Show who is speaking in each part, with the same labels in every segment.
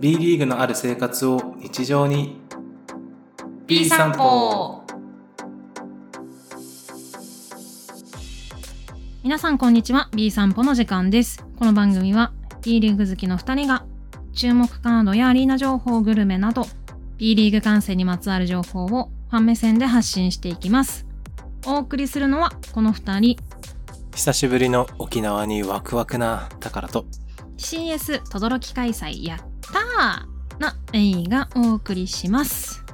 Speaker 1: B リーグのある生活を日常に
Speaker 2: B 散歩皆さんこんにちは B 散歩の時間ですこの番組は B リーグ好きの2人が注目カードやアリーナ情報グルメなど B リーグ観戦にまつわる情報をファン目線で発信していきますお送りするのはこの2人
Speaker 1: 久しぶりの沖縄にワクワクな宝と
Speaker 2: CS 轟開催やったーな映画お送りします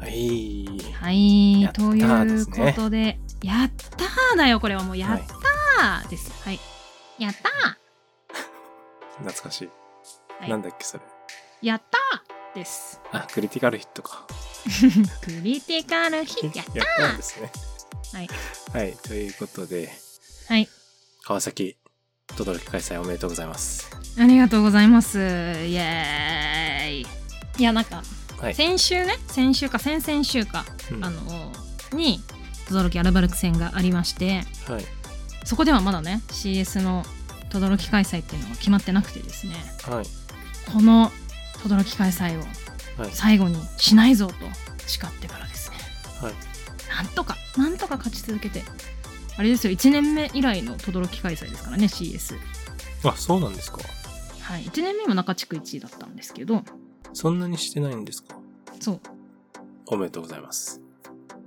Speaker 1: はい
Speaker 2: はい、
Speaker 1: やった
Speaker 2: とい
Speaker 1: ーで
Speaker 2: う
Speaker 1: すね
Speaker 2: ことで、やったーだよ、これはもう、やったーです。はい。やった
Speaker 1: 懐かしい、
Speaker 2: はい
Speaker 1: なんだっけそれ
Speaker 2: ーやったーです。
Speaker 1: あクリティカルヒットか
Speaker 2: クリティカルヒット。やっ
Speaker 1: やったんですね
Speaker 2: はい、
Speaker 1: はい、ということで
Speaker 2: はい。
Speaker 1: 川崎轟開催おめでとうございます
Speaker 2: ありがとうございます。イエーイ。いや、なんか、
Speaker 1: はい、
Speaker 2: 先週ね、先週か、先々週か、
Speaker 1: うん
Speaker 2: あの、に、轟アルバルク戦がありまして、
Speaker 1: はい
Speaker 2: そこではまだね、CS の轟開催っていうのが決まってなくてですね。
Speaker 1: はい
Speaker 2: この轟開催を
Speaker 1: はい
Speaker 2: 最後にしないぞと誓ってからですね、
Speaker 1: はい
Speaker 2: なんとかなんとか勝ち続けてあれですよ1年目以来の轟開催ですからね CS、
Speaker 1: あそうなんですか
Speaker 2: はい、1年目も中地区1位だったんですけど
Speaker 1: そんなにしてないんですか
Speaker 2: そう
Speaker 1: おめでとうございます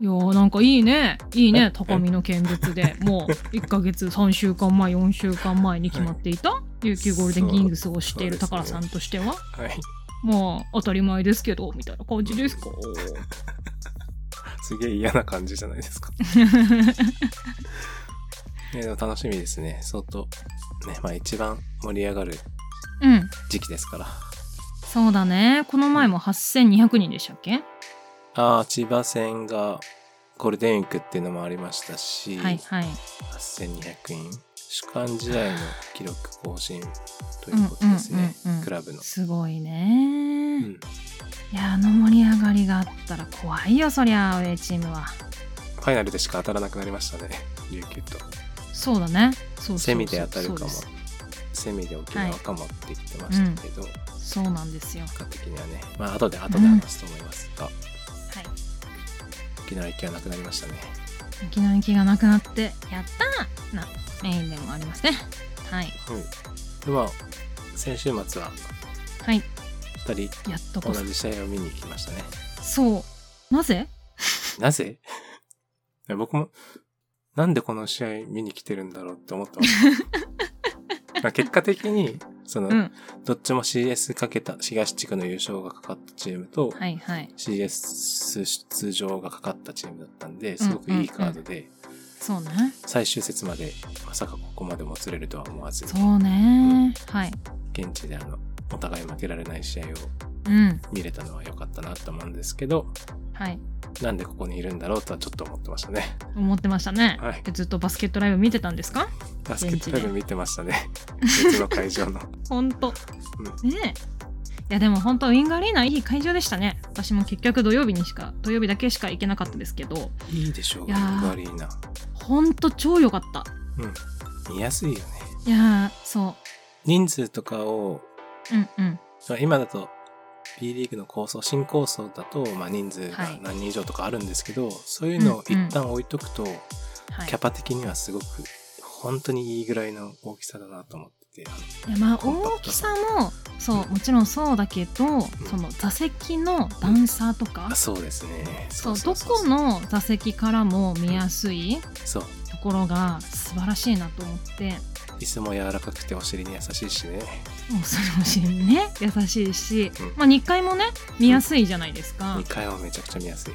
Speaker 2: いやーなんかいいねいい
Speaker 1: え
Speaker 2: ね高見の見物で もう1ヶ月3週間前4週間前に決まっていた琉球ゴールデンキングスをしている
Speaker 1: そうそう
Speaker 2: 宝
Speaker 1: です
Speaker 2: さ
Speaker 1: ね
Speaker 2: んとしては
Speaker 1: はい
Speaker 2: もう当たり前ですけどみたいな感じですか
Speaker 1: すげえ嫌な感じじゃないですかえーでも楽しみですね。相当、ね、まあ一番盛り上がる
Speaker 2: うん
Speaker 1: 時期ですから。
Speaker 2: そうだね。この前も8200人でしたっけ
Speaker 1: ああ、千葉戦がゴールデンウィークっていうのもありましたし、
Speaker 2: はいはい。
Speaker 1: 8200員、主観試合の記録更新ということですね。
Speaker 2: うんうんうんうん
Speaker 1: クラブの。
Speaker 2: すごいね。
Speaker 1: うん。
Speaker 2: いや、あの盛り上がりがあったら怖いよ、そりゃ、アウェーチームは。
Speaker 1: ファイナルでしか当たらなくなりましたね。琉球と。
Speaker 2: そうだね。そうそうそう
Speaker 1: セミで当たるかも
Speaker 2: そうで、
Speaker 1: セミで沖縄かもって言ってましたけど、
Speaker 2: すそうなんですよ。
Speaker 1: 結果的にはね、まあ後で後で話すと思いますが、
Speaker 2: はい。
Speaker 1: 沖縄行きはなくなりましたね。
Speaker 2: 沖縄行きがなくなって、やったーなメインでもありますね。は
Speaker 1: は
Speaker 2: い。
Speaker 1: い。でまあ先週末は
Speaker 2: はい。
Speaker 1: 2人
Speaker 2: やっと
Speaker 1: 同
Speaker 2: こそ。
Speaker 1: じ試合を見に行きましたね。
Speaker 2: そう。なぜ
Speaker 1: なぜいや僕も、なんでこの試合見に来てるんだろうって思 ってました。まあ結果的に、その、
Speaker 2: うん。
Speaker 1: どっちも CS かけた東地区の優勝がかかったチームと、
Speaker 2: はいはい。
Speaker 1: CS 出場がかかったチームだったんで、すごくいいカードで、
Speaker 2: そうね。
Speaker 1: 最終節まで、まさかここまでもつれるとは思わず、
Speaker 2: そうね。はい。
Speaker 1: 現地であの、お互い負けられない試合を
Speaker 2: うん。
Speaker 1: 見れたのは良かったなと思うんですけど、
Speaker 2: はい。
Speaker 1: なんでここにいるんだろうとはちょっと思ってました ね。
Speaker 2: 思ってましたね、
Speaker 1: はい
Speaker 2: でずっとバスケットライブ見てたんですか
Speaker 1: バスケットライブ見てましたね。別の会場の。
Speaker 2: ほんと
Speaker 1: うん
Speaker 2: ねえいやでも本当ウィングアリーナいい会場でしたね私も結局土曜日にしか土曜日だけしか行けなかったですけど
Speaker 1: いいでしょう、
Speaker 2: い
Speaker 1: ビ
Speaker 2: やー
Speaker 1: ッグアリーナ。
Speaker 2: ほんと超良かった
Speaker 1: 見やすいよね。
Speaker 2: いやーそ
Speaker 1: 人数とかを、
Speaker 2: ううんうん
Speaker 1: まあ今だと B リーグの構想、新構想だと、まあ、人数
Speaker 2: は
Speaker 1: が
Speaker 2: い
Speaker 1: 何人以上とかあるんですけど、そういうのを一旦置いとくと、
Speaker 2: はい
Speaker 1: キャパ的にはすごく、本当にいいぐらいの大きさだなと思ってて。
Speaker 2: いやまあ大きさもそうもちろんそうだけどその座席の段差とか
Speaker 1: あ、そうですね。
Speaker 2: そう
Speaker 1: そ
Speaker 2: ど
Speaker 1: うそう
Speaker 2: この座席からも見やすい
Speaker 1: そう。
Speaker 2: ところが素晴らしいなと思って
Speaker 1: 椅子も柔らかくてお尻に優しいしね。
Speaker 2: もうそれもしね優しいし、
Speaker 1: うん
Speaker 2: まあ、2階もね見やすいじゃないですか
Speaker 1: 2、階はめちゃくちゃ見やすい。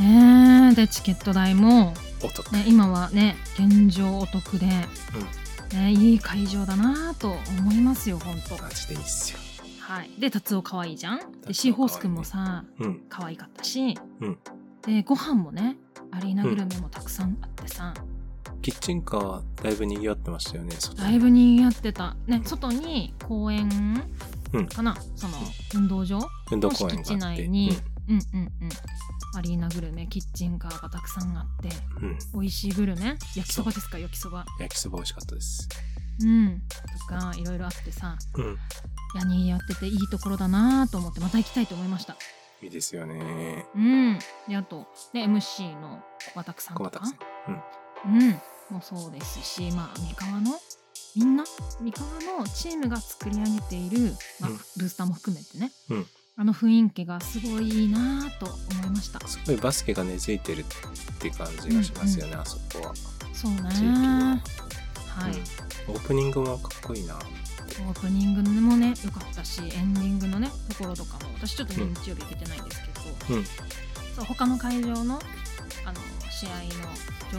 Speaker 2: ねえでチケット代も、
Speaker 1: お得。
Speaker 2: ね、今はね現状お得で、ね、いい会場だなと思いますよ本当
Speaker 1: マジでいいっすよ。
Speaker 2: はいで達夫可愛いじゃん
Speaker 1: 達夫
Speaker 2: でシーホースくんもさ
Speaker 1: うん。
Speaker 2: 可愛かったし、
Speaker 1: うん
Speaker 2: でご飯もねアリーナグルメもたくさんあってさ、
Speaker 1: キッチンカー、だいぶ賑わってましたよね、外
Speaker 2: だいぶにぎわってた、ね、外に公園
Speaker 1: うん
Speaker 2: かな、その運動場
Speaker 1: 運動公園
Speaker 2: 敷地
Speaker 1: があって。
Speaker 2: 内に、うん、うんうんアリーナグルメキッチンカーがたくさんあって
Speaker 1: うん。うん
Speaker 2: 美味しいグルメ焼きそばですか焼きそば
Speaker 1: 焼きそば美味しかったです。
Speaker 2: うん、とかいろいろあってさ
Speaker 1: うん。
Speaker 2: いやにやってていいところだなと思ってまた行きたいと思いました
Speaker 1: いいですよね。
Speaker 2: うんであとね MC の小畑さん
Speaker 1: 小
Speaker 2: と
Speaker 1: 畑
Speaker 2: か
Speaker 1: さん。
Speaker 2: うんもそうですしまあ三河のみんな三河のチームが作り上げている、まあ
Speaker 1: うん
Speaker 2: ブースターも含めてね、
Speaker 1: うん
Speaker 2: あの雰囲気がすごいいいなと思いました
Speaker 1: すごいバスケが根付いてるって感じがしますよね、あそこは。
Speaker 2: そうね
Speaker 1: 地域の
Speaker 2: はい、
Speaker 1: オープニングもかっこいいな。
Speaker 2: オープニングもね良かったしエンディングのねところとかも私ちょっとね日曜日行けてないんですけど、
Speaker 1: うん
Speaker 2: そう他の会場のあの試合の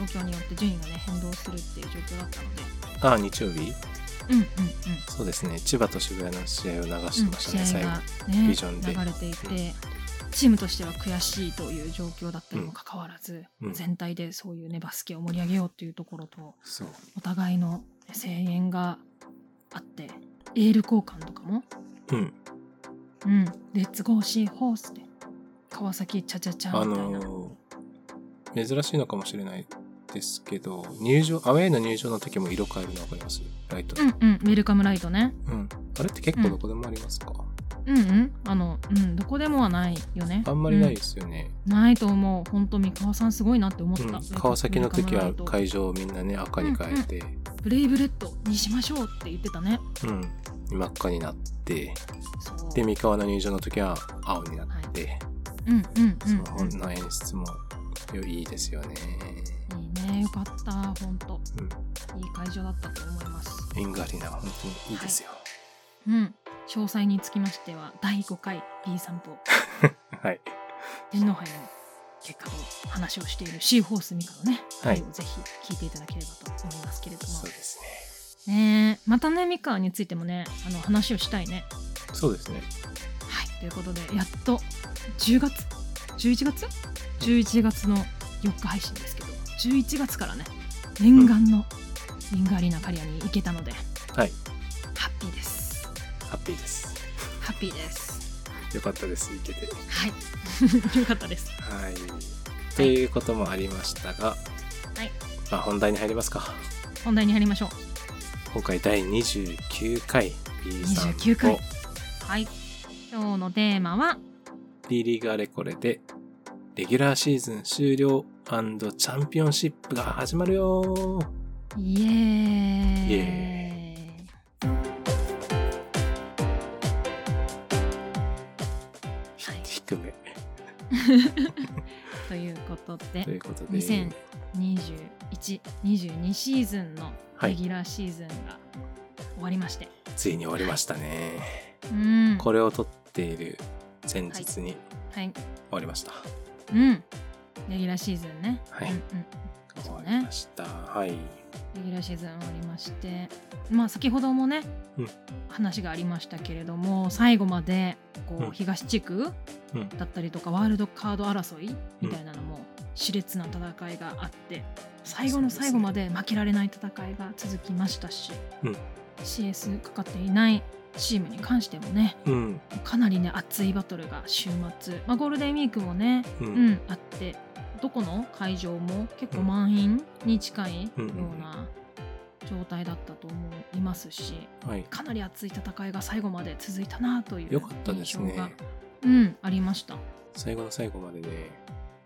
Speaker 2: 状況によって順位がね変動するっていう状況だったので
Speaker 1: ああ、日曜日
Speaker 2: うんうんうん
Speaker 1: そうですね。千葉と渋谷の試合を流してましたね、
Speaker 2: 試合
Speaker 1: 最後。
Speaker 2: が
Speaker 1: ビジョンで
Speaker 2: ね流れていて、チームとしては悔しいという状況だったに
Speaker 1: うん
Speaker 2: もかかわらず、
Speaker 1: うん
Speaker 2: 全体でそういうねバスケを盛り上げようというところと
Speaker 1: そう。
Speaker 2: お互いの声援があってエール交換とかも
Speaker 1: うん。
Speaker 2: うん、レッツゴーシーホースで川崎チャチャチャ
Speaker 1: あ
Speaker 2: みたいな、
Speaker 1: のー珍しいのかもしれないですけど、入場、アウェイの入場の時も色変えるのわかりますライト
Speaker 2: う。んうんウェルカムライトね
Speaker 1: うん。あれって結構どこでもありますか、
Speaker 2: うんうんあのうんどこでもはないよね
Speaker 1: あんまりない
Speaker 2: うん
Speaker 1: ですよね。
Speaker 2: ないと思う本当三河さんすごいなって思っ
Speaker 1: う
Speaker 2: た、
Speaker 1: ん。川崎の時は
Speaker 2: ウェルカムライ
Speaker 1: 会場をみんなね、赤に変えて、
Speaker 2: トブレイブレッドにしましょうって言ってたね
Speaker 1: うん。真っ赤になって、
Speaker 2: そう
Speaker 1: で、三河の入場の時は青になって、
Speaker 2: うんうんうん
Speaker 1: その
Speaker 2: う
Speaker 1: 本の演出もいいですよね。
Speaker 2: んいいねよかった本当、いい会場だったと思います
Speaker 1: エンガリナ、本当にいいですよ。
Speaker 2: うん詳細につきましては第5回 B 散歩
Speaker 1: はい。
Speaker 2: 天皇杯の結果と話をしているシーホースミカのね、
Speaker 1: はい
Speaker 2: 回をぜひ聞いていただければと思いますけれど
Speaker 1: そう
Speaker 2: も
Speaker 1: ですね。
Speaker 2: ねえまたねミカについてもねあの話をしたいね
Speaker 1: そうですね。
Speaker 2: はいということでやっと10月11月11月の4日配信ですけど11月からね念願のリングアリーナカリアに行けたので
Speaker 1: はい。
Speaker 2: ハッピーです
Speaker 1: ハッピーです。
Speaker 2: ハッピーです
Speaker 1: よかったです、いけて。
Speaker 2: はい よかったです
Speaker 1: はい。ということもありましたが、
Speaker 2: はい
Speaker 1: まあ本題に入りますか。
Speaker 2: 本題に入りましょう
Speaker 1: 今回第29回 B さん
Speaker 2: 29回
Speaker 1: と
Speaker 2: はい今日のテーマは
Speaker 1: B リーグあれこれで、レギュラーシーズン終了チャンピオンシップが始まるよ
Speaker 2: イエーイ
Speaker 1: イ
Speaker 2: はい
Speaker 1: 低め。
Speaker 2: ということ
Speaker 1: と
Speaker 2: で
Speaker 1: いうことで。
Speaker 2: 2021-22シーズンの
Speaker 1: は
Speaker 2: レ
Speaker 1: い。
Speaker 2: ギュラーシーズンが終わりまして、
Speaker 1: ついに終わりましたね。
Speaker 2: うん
Speaker 1: これを撮っている前日に終
Speaker 2: はい
Speaker 1: わりました。
Speaker 2: うんレギュラーシーズンね、
Speaker 1: はい
Speaker 2: うんうん
Speaker 1: 終
Speaker 2: そう
Speaker 1: わ
Speaker 2: ね
Speaker 1: りました。はい。
Speaker 2: レギュラーシーズン終わりましてまあ先ほどもね、
Speaker 1: うん
Speaker 2: 話がありましたけれども最後までこう、
Speaker 1: うん
Speaker 2: 東地区
Speaker 1: うん
Speaker 2: だったりとかワールドカード争いみたいなのも熾烈な戦いがあって、最後の最後まで負けられない戦いが続きましたし、
Speaker 1: うん
Speaker 2: CS かかっていないチームに関してもね
Speaker 1: うん。
Speaker 2: かなりね熱いバトルが週末、まあ、ゴールデンウィークもね
Speaker 1: うん。
Speaker 2: うん、あってどこの会場も結構満員に近いよ
Speaker 1: うん
Speaker 2: うな状態だったと思いますし
Speaker 1: はい。
Speaker 2: かなり熱い戦いが最後まで続いたなという
Speaker 1: よかったです
Speaker 2: 印象が
Speaker 1: ね。
Speaker 2: うん、ありました。
Speaker 1: 最後の最後までね、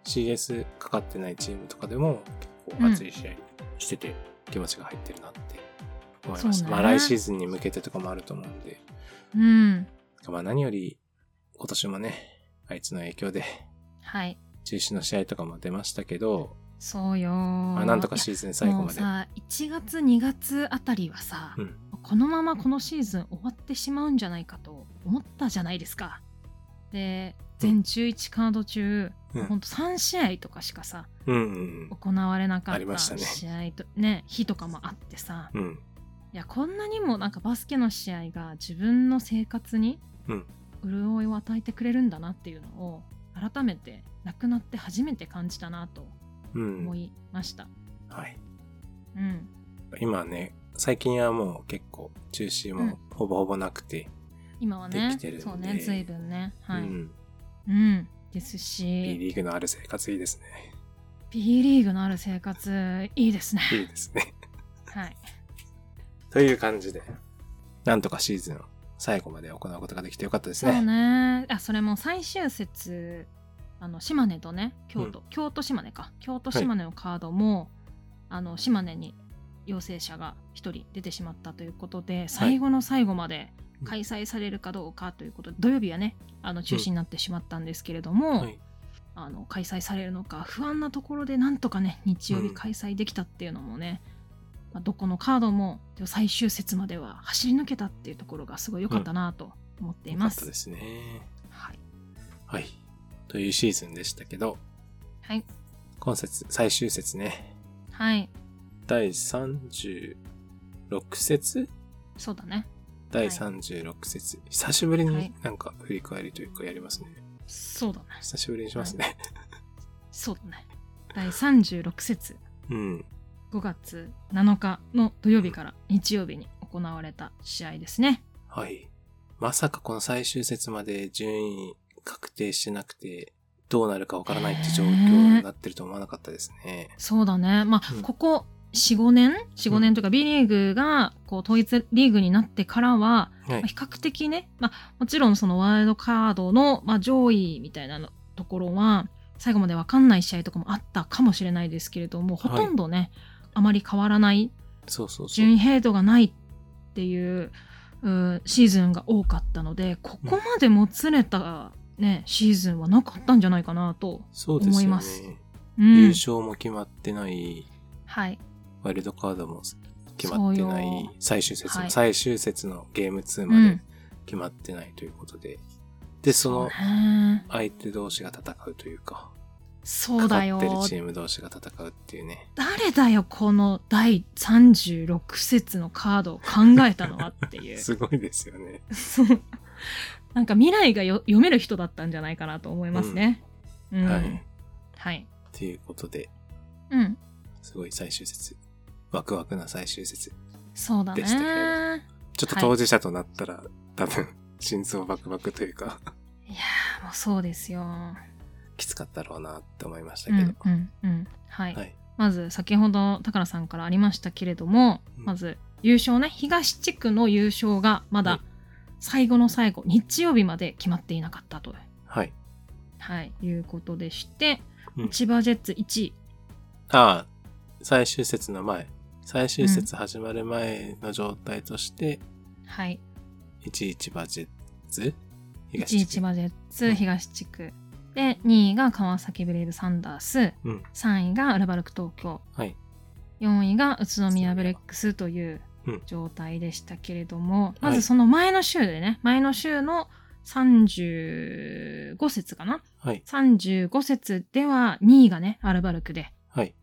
Speaker 1: CS かかってないチームとかでも結構熱い試合してて気持ちが入ってるなって思いまし
Speaker 2: そう
Speaker 1: た。
Speaker 2: ね
Speaker 1: まあ来シーズンに向けてとかもあると思うんで、
Speaker 2: うん、
Speaker 1: まあ何より今年もね、あいつの影響で
Speaker 2: はい
Speaker 1: 中止の試合とかも出ましたけど、
Speaker 2: そうよー
Speaker 1: まあなんとかシーズン最後まで
Speaker 2: いや。もうさ1月2月あたりはさ、
Speaker 1: うん
Speaker 2: このままこのシーズン終わってしまうんじゃないかと思ったじゃないですかで全11カード中、
Speaker 1: うん
Speaker 2: ほんと3試合とかしかさ
Speaker 1: うんうん
Speaker 2: 行われなか
Speaker 1: あり
Speaker 2: っ
Speaker 1: ま
Speaker 2: た
Speaker 1: したね
Speaker 2: 試合とね日とかもあってさ
Speaker 1: うん。うん。
Speaker 2: いやこんなにもなんかバスケの試合が自分の生活に
Speaker 1: うん
Speaker 2: 潤いを与えてくれるんだなっていうのを改めて亡くなって初めて感じたなと
Speaker 1: う
Speaker 2: 思
Speaker 1: ん。
Speaker 2: いました。
Speaker 1: はい。
Speaker 2: うん、
Speaker 1: 今ね、最近はもう結構中止もほぼほぼなくて、
Speaker 2: 今はね
Speaker 1: できてるんで
Speaker 2: そうね随分ねはい、
Speaker 1: う
Speaker 2: うん
Speaker 1: ん、
Speaker 2: です
Speaker 1: B
Speaker 2: し
Speaker 1: リーグのある生活いいですね。
Speaker 2: B リーグのある生活いいですね
Speaker 1: いいですね。
Speaker 2: はい
Speaker 1: という感じで、なんとかシーズン最後まで行うことができてよかったです
Speaker 2: そう
Speaker 1: ね。
Speaker 2: ねあそれも最終節あの島根とね京都、京都島根か京都島根のカードも、あの島根に陽性者が1人出てしまったということで最後の最後まで開催されるかどうかということで、土曜日はねあの中止になってしまったんですけれども、
Speaker 1: はい。
Speaker 2: あの開催されるのか不安なところでなんとかね日曜
Speaker 1: う
Speaker 2: 日
Speaker 1: ん
Speaker 2: 開催できたっていうのもね、まあどこのカードもでも最終節までは走り抜けたっていうところがすごい良かったなと思ってい
Speaker 1: よか
Speaker 2: ま
Speaker 1: った
Speaker 2: す。
Speaker 1: ですね。
Speaker 2: はい、
Speaker 1: はい。というシーズンでしたけど、
Speaker 2: はい
Speaker 1: 今節、最終節ね、
Speaker 2: はい、
Speaker 1: 第36節
Speaker 2: そうだね。
Speaker 1: 第
Speaker 2: はい
Speaker 1: 36節、久しぶり
Speaker 2: は
Speaker 1: に
Speaker 2: い
Speaker 1: なんか振り返りというかやりますね。
Speaker 2: そうだね。
Speaker 1: 久しぶりにしますね。
Speaker 2: そうだね。第36節、
Speaker 1: うん。
Speaker 2: 5月7日の土曜日から日曜日に行われた試合ですね。
Speaker 1: はい。まさかこの最終節まで順位確定してなくて、どうなるかわからないって状況になってると思わなかったですね。
Speaker 2: そうだね。まあ、
Speaker 1: うん
Speaker 2: ここ4、5年 ?4、5
Speaker 1: う
Speaker 2: 年というか B リーグがこう統一リーグになってからは、
Speaker 1: は
Speaker 2: まあ
Speaker 1: い。
Speaker 2: 比較的ね、まあ、もちろんそのワールドカードの、まあ、上位みたいなのところは最後まで分かんない試合とかもあったかもしれないですけれどもほとんどね、あまり変わらない
Speaker 1: そうそうそう
Speaker 2: 順。位変動がないっていううんシーズンが多かったのでここまでもつれた、ねシーズンはなかったんじゃないかなと、
Speaker 1: そうです
Speaker 2: 思い
Speaker 1: よ
Speaker 2: ます
Speaker 1: ね。
Speaker 2: うん
Speaker 1: 優勝も決まってない、
Speaker 2: はい
Speaker 1: ワイルドカードも決まってな
Speaker 2: そう
Speaker 1: い
Speaker 2: よ、
Speaker 1: 最終節の、
Speaker 2: はい
Speaker 1: 最終節のゲーム2
Speaker 2: う
Speaker 1: まで
Speaker 2: ん
Speaker 1: 決まってないということで、で、その
Speaker 2: ね
Speaker 1: 相手同士が戦うというか、
Speaker 2: そうだよ
Speaker 1: かかってるチーム同士が戦うっていうね。
Speaker 2: 誰だよこの第36節のカードを考えたのはって いう
Speaker 1: すごいですよね。
Speaker 2: そう なんか未来がよ読める人だったんじゃないかなと思いますね、うん
Speaker 1: はい。
Speaker 2: はい
Speaker 1: ということで、
Speaker 2: うん
Speaker 1: すごい最終節。ワクワクな最終節。
Speaker 2: そうだ
Speaker 1: でしたけれ
Speaker 2: ね
Speaker 1: ちょっと当事者となったら、多分、心臓バクバクというか、
Speaker 2: いやーもうそうですよ
Speaker 1: きつかったろうなって思いました
Speaker 2: う
Speaker 1: け
Speaker 2: ん
Speaker 1: ど。
Speaker 2: うんうんはい、
Speaker 1: はい。
Speaker 2: まず先ほど高野さんからありましたけれども、
Speaker 1: うん
Speaker 2: まず優勝ね東地区の優勝がま
Speaker 1: はい
Speaker 2: だ最後の最後、日曜日まで決まっていなかったと、
Speaker 1: はい。
Speaker 2: はい、いうことでして、
Speaker 1: うん
Speaker 2: 千葉ジェッツ1位
Speaker 1: ああ、最終節の前。最終節始まる前の状態として、
Speaker 2: はい
Speaker 1: 1一バジェッツ
Speaker 2: 1位千葉ジェッ
Speaker 1: う
Speaker 2: ツ
Speaker 1: ん
Speaker 2: 東地区、で2位が川崎ブレイブサンダース、
Speaker 1: うん
Speaker 2: 3位がアルバルク東京
Speaker 1: はい。
Speaker 2: 4位が宇都宮ブレックスという
Speaker 1: うん
Speaker 2: 状態でしたけれども、ま
Speaker 1: はい
Speaker 2: ずその前の週でね前の週の35節かな
Speaker 1: はい。
Speaker 2: 35節では2位がねアルバルクで
Speaker 1: はい。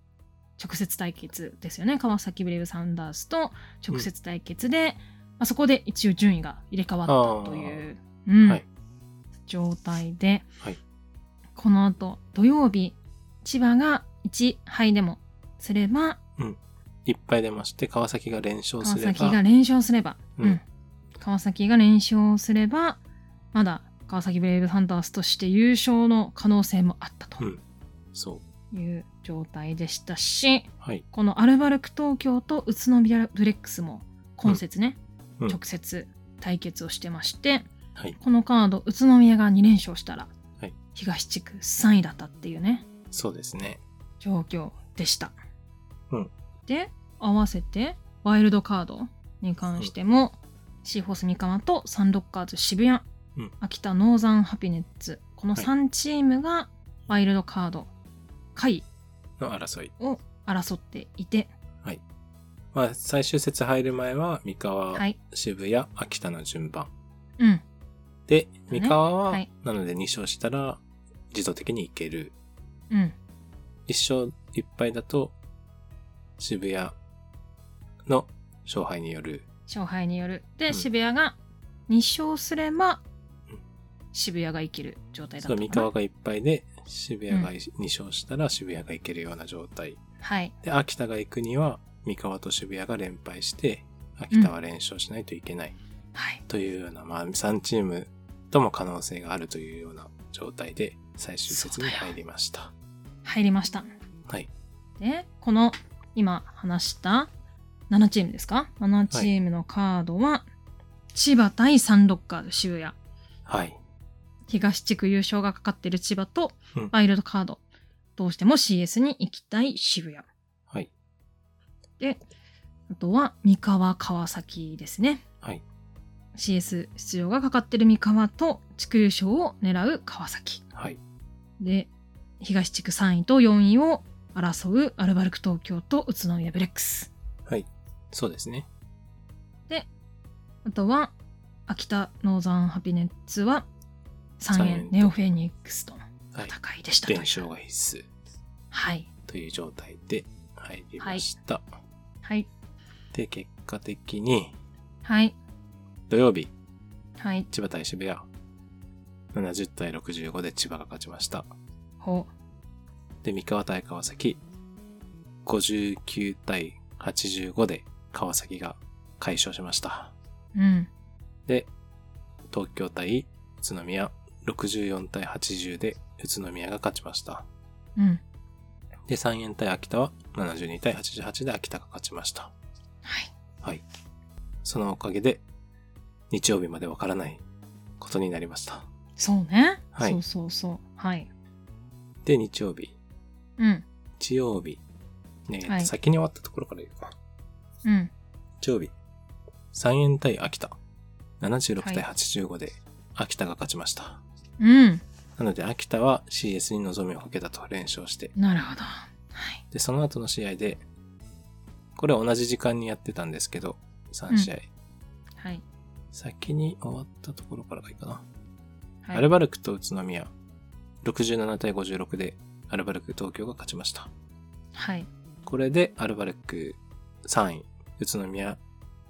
Speaker 2: 直接対決ですよね川崎ブレイブサンダースと直接対決で、まあ、そこで一応順位が入れ替わったという、うん
Speaker 1: はい
Speaker 2: 状態で、
Speaker 1: はい
Speaker 2: この後土曜日千葉が1敗でもすれば
Speaker 1: いっぱい出まして、川崎が連勝
Speaker 2: 川
Speaker 1: すれば。
Speaker 2: 崎が連勝すれば、
Speaker 1: うん
Speaker 2: うん川崎が連勝すればまだ川崎ブレイブサンダースとして優勝の可能性もあったと
Speaker 1: うん。そう。
Speaker 2: いう状態でしたし、
Speaker 1: はい。
Speaker 2: このアルバルク東京と宇都宮ブレックスも今節ね、
Speaker 1: うんうん
Speaker 2: 直接対決をしてまして、
Speaker 1: はい。
Speaker 2: このカード宇都宮が2連勝したら、
Speaker 1: はい
Speaker 2: 東地区3位だったっていうね
Speaker 1: そうですね。
Speaker 2: 状況でした。
Speaker 1: うん
Speaker 2: で合わせてワイルドカードに関しても、シーホース三河とサンロッカーズ渋谷、
Speaker 1: うん
Speaker 2: 秋田ノーザンハピネッツこの
Speaker 1: はい
Speaker 2: 3チームがワイルドカード下位
Speaker 1: の争い。
Speaker 2: を争っていて、
Speaker 1: まあ、最終節入る前は、三河、
Speaker 2: はい、
Speaker 1: 渋谷、秋田の順番。
Speaker 2: うん、
Speaker 1: で、
Speaker 2: ね
Speaker 1: 三河は、
Speaker 2: はい
Speaker 1: なので2勝したら、自動的にいける。
Speaker 2: うん、
Speaker 1: 1勝1敗だと、渋谷の勝敗による。
Speaker 2: 勝敗によるで、
Speaker 1: うん
Speaker 2: 渋谷が2勝すれば
Speaker 1: うん
Speaker 2: 渋谷が生きる状態だっ
Speaker 1: そ
Speaker 2: た
Speaker 1: う、
Speaker 2: か
Speaker 1: 三
Speaker 2: な
Speaker 1: 河が1敗で、渋谷が2勝したら渋谷がいけるような状態。
Speaker 2: はい
Speaker 1: で、秋田が行くには、三河と渋谷が連敗して、秋田は連勝しないといけない。
Speaker 2: はい
Speaker 1: というような、まあ、3チームとも可能性があるというような状態で、最終節に入りました。
Speaker 2: 入りました
Speaker 1: はい。
Speaker 2: でこの今話した7チームですか ?7 チームのカードは、千葉対サンロッカーズ渋谷。
Speaker 1: はい。
Speaker 2: 東地区優勝がかかってる千葉と
Speaker 1: うん、
Speaker 2: ワイルドカード。どうしても CS に行きたい渋谷。
Speaker 1: はい。
Speaker 2: で、あとは三河川崎ですね。
Speaker 1: はい。
Speaker 2: CS 出場がかかってる三河と地区優勝を狙う川崎。
Speaker 1: はい。
Speaker 2: で、東地区3位と4位を争うアルバルク東京と宇都宮ブレックス。
Speaker 1: そうですね。
Speaker 2: あとは、秋田ノーザンハピネッツは3
Speaker 1: 三
Speaker 2: 円
Speaker 1: 円と
Speaker 2: ネオフェニックスとの
Speaker 1: はい。
Speaker 2: 戦いでしたという
Speaker 1: 連勝が必須
Speaker 2: はい。
Speaker 1: という状態で入りました。
Speaker 2: はい。
Speaker 1: で、結果的に、
Speaker 2: はい。
Speaker 1: 土曜日、
Speaker 2: はい。
Speaker 1: 千葉対渋谷、70対65で千葉が勝ちました。
Speaker 2: ほ
Speaker 1: で、三河対川崎、59対85で川崎が快勝しました。
Speaker 2: う。うん。
Speaker 1: で、東京対宇都宮、64対80で宇都宮が勝ちました。
Speaker 2: うん。
Speaker 1: で、三円対秋田は72対88で秋田が勝ちました。
Speaker 2: はい。
Speaker 1: はい。そのおかげで、日曜日までわからないことになりました。
Speaker 2: そうね。
Speaker 1: はい
Speaker 2: そうそうそう。はい。
Speaker 1: で、日曜日、
Speaker 2: うん。
Speaker 1: 日曜日、ね、
Speaker 2: はい
Speaker 1: 先に終わったところから言うか。
Speaker 2: うん。
Speaker 1: 日曜日、三円対秋田、76
Speaker 2: はい
Speaker 1: 対85で秋田が勝ちました。
Speaker 2: うん。
Speaker 1: なので、秋田は CS に望みをかけたと連勝して、
Speaker 2: なるほど。はい。
Speaker 1: で、その後の試合で、これは同じ時間にやってたんですけど、3試合。
Speaker 2: はい。
Speaker 1: 先に終わったところからがいいかな。
Speaker 2: はい、
Speaker 1: アルバルクと宇都宮、67対56でアルバルク東京が勝ちました。
Speaker 2: はい。
Speaker 1: これでアルバルク3位、宇都宮